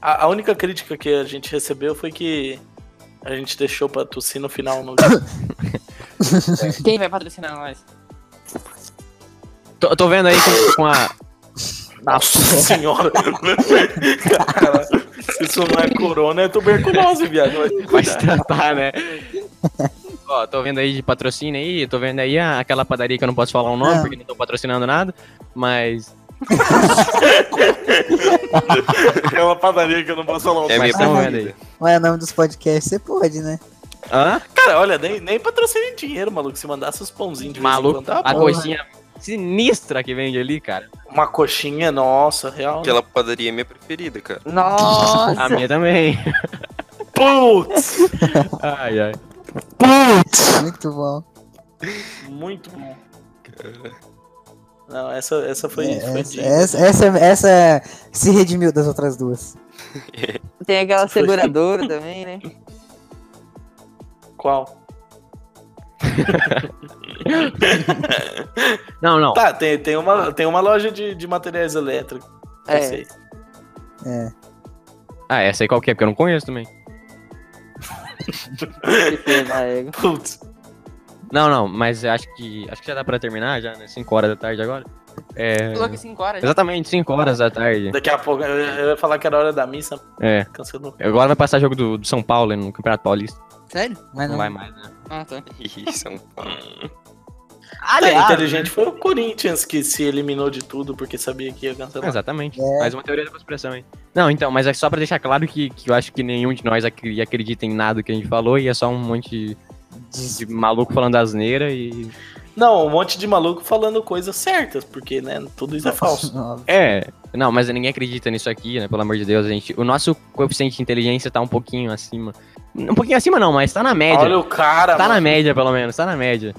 A, a única crítica que a gente recebeu foi que a gente deixou pra tossir no final. No...
Quem vai patrocinar nós?
Tô, tô vendo aí com, com a.
Nossa senhora. Cara, se isso não é corona, é tuberculose, viado. Vai se
Vai
cuidar.
se tratar, né? Ó, tô vendo aí de patrocínio aí, tô vendo aí a- aquela padaria que eu não posso falar o nome,
Não.
porque não tô patrocinando nada, mas...
É uma padaria que eu não posso falar.
É
Mas-
mas
minha
tão
preferida.
vendo aí.
Mas o nome dos podcasts você pode, né?
Hã?
Cara, olha, nem, nem patrocina em dinheiro, maluco. Se mandasse os pãozinhos de vez em
Maluco,
quando, tá
a
bom.
coisinha sinistra que vende ali, cara.
Uma coxinha, nossa, real.
Aquela padaria é minha preferida, cara.
Nossa!
A minha também.
Putz!
Ai, ai.
Muito bom.
Muito bom. Não, essa, essa foi. foi
É,
assim.
Essa,
de-
essa, essa, essa se redimiu das outras duas.
Tem aquela seguradora também, né?
Qual?
Não, não.
Tá, tem, tem, uma, tem uma loja de, de materiais elétricos. eu
É.
sei.
É.
Ah, essa aí qual que é? Porque eu não conheço também.
Que foi na égua.
Putz.
Não, não, mas acho que acho que já dá pra terminar já, né? 5 horas da tarde agora. É.
Coloca 5 horas.
Exatamente, 5 horas da tarde.
Daqui a pouco eu, eu ia falar que era hora da missa,
É.
cancelou.
Agora vai passar jogo do, do São Paulo né, no Campeonato Paulista.
Sério?
Mas
Não
É, não,
vai mais, né?
Ah, tá.
Ih, São Paulo.
Aliás, É, inteligente foi o Corinthians que se eliminou de tudo porque sabia que ia cancelar.
Exatamente.
É.
Mais uma teoria da conspiração, hein? Não, então, mas é só pra deixar claro que, que eu acho que nenhum de nós acri- acredita em nada que a gente falou e é só um monte de, de maluco falando asneira e.
Não, um monte de maluco falando coisas certas, porque, né, tudo isso é falso.
Óbvio.
É. Não, mas ninguém acredita nisso aqui, né? Pelo amor de Deus, gente. O nosso coeficiente de inteligência tá um pouquinho acima. Um pouquinho acima não, mas tá na média.
Olha o cara,
Tá na
mano.
média, pelo menos, tá na média.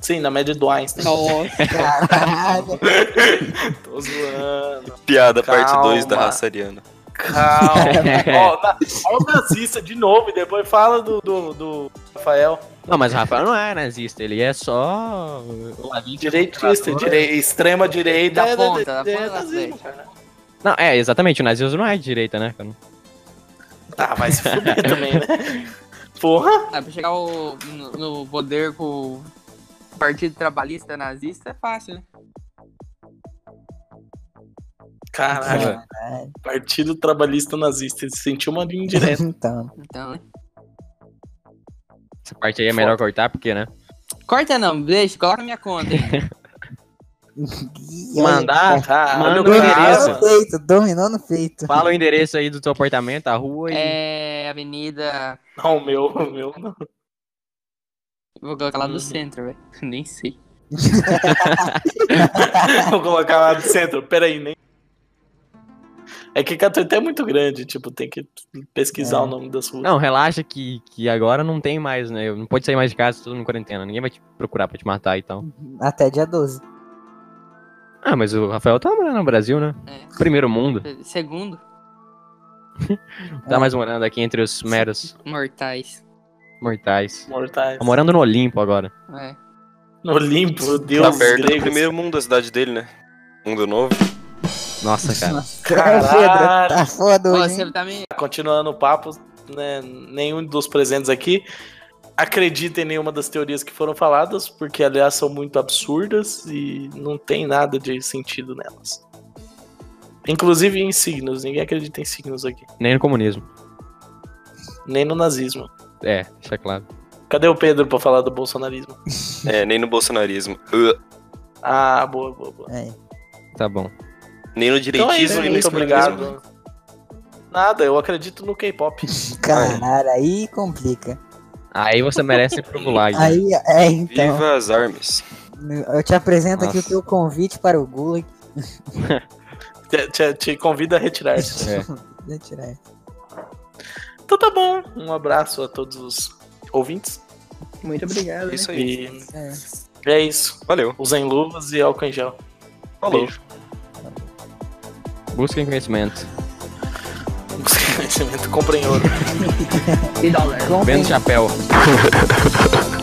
Sim, na média do Einstein.
Nossa.
Caralho.
Tô zoando.
Piada, parte 2 da
Calma.
raça ariana.
Calma. Ó, na- ó o nazista de novo e depois fala do, do, do Rafael.
Não, mas o Rafael não é nazista, ele é só.
Direitista, direi- extrema direita.
Da ponta, da
É,
ponta
é
da
nazismo,
frente.
cara.
Não, é, exatamente, o nazismo não é de direita, né? cara?
Ah, vai se fuder também, né? Porra,
Ah, pra chegar o- no, no poder com o Partido Trabalhista Nazista é fácil, né?
caralho.
Caralho.
Partido Trabalhista Nazista, ele sentiu uma linha indireta.
Então,
Então, né?
Essa parte aí é melhor cortar, porque, né?
Corta não, deixa, coloca na minha conta. hein?
e olha,
Mandar.
Caralho,
Manda o
Ah, cara.
dominou
endereço.
no feito, dominou no feito.
Fala o endereço aí do teu apartamento, a rua e.
É Avenida.
Não, o meu, o meu não.
Vou colocar lá
Uhum.
do centro, velho. Nem sei.
Vou colocar lá no centro. Peraí, nem. É que Catuité é muito grande, tipo, tem que pesquisar
É.
o nome das ruas.
Não, relaxa que, que agora não tem mais, né? Não pode sair mais de casa, todo mundo em quarentena. Ninguém vai te procurar pra te matar e tal.
Até dia 12.
Ah, mas o Rafael tá morando no Brasil, né?
É.
Primeiro mundo.
Segundo, É.
Tá mais morando aqui entre os meros
mortais.
mortais.
Mortais.
Tá morando no Olimpo agora.
É.
No Olimpo,
Tá
Deus
perto do
grego.
primeiro mundo da cidade dele, né? Mundo novo.
Nossa, cara.
Pedro, tá foda
Ó,
hoje, hein?
você tá me...
Continuando o papo, né, nenhum dos presentes aqui acredita em nenhuma das teorias que foram faladas, porque, aliás, são muito absurdas e não tem nada de sentido nelas. Inclusive em signos, ninguém acredita em signos aqui.
Nem no comunismo.
Nem no nazismo.
É, deixa claro.
Cadê o Pedro pra falar do bolsonarismo?
É, nem no bolsonarismo. Uh,
Ah, boa, boa, boa.
É.
Tá bom.
nem no direitismo
é isso,
e no
muito
extremismo.
obrigado. Nada, eu acredito no K-pop.
Caralho, aí complica.
Aí você merece ir pro gulag. né?
Aí, é, então.
Viva as armas.
Eu te apresento aqui o
Nossa.
teu convite para o Gulag.
Te, te, te convido a retirar-se.
É.
Deixa eu tirar isso.
Então tá bom. Um abraço a todos os ouvintes.
Muito
Então,
obrigado.
Isso aí.
E
É.
é isso.
Valeu.
Usem luvas e álcool em gel.
Falou.
Beijo.
Busquem conhecimento.
Conhecimento, Comprem ouro.
É,
E dólar.
Vendo chapéu.
tá?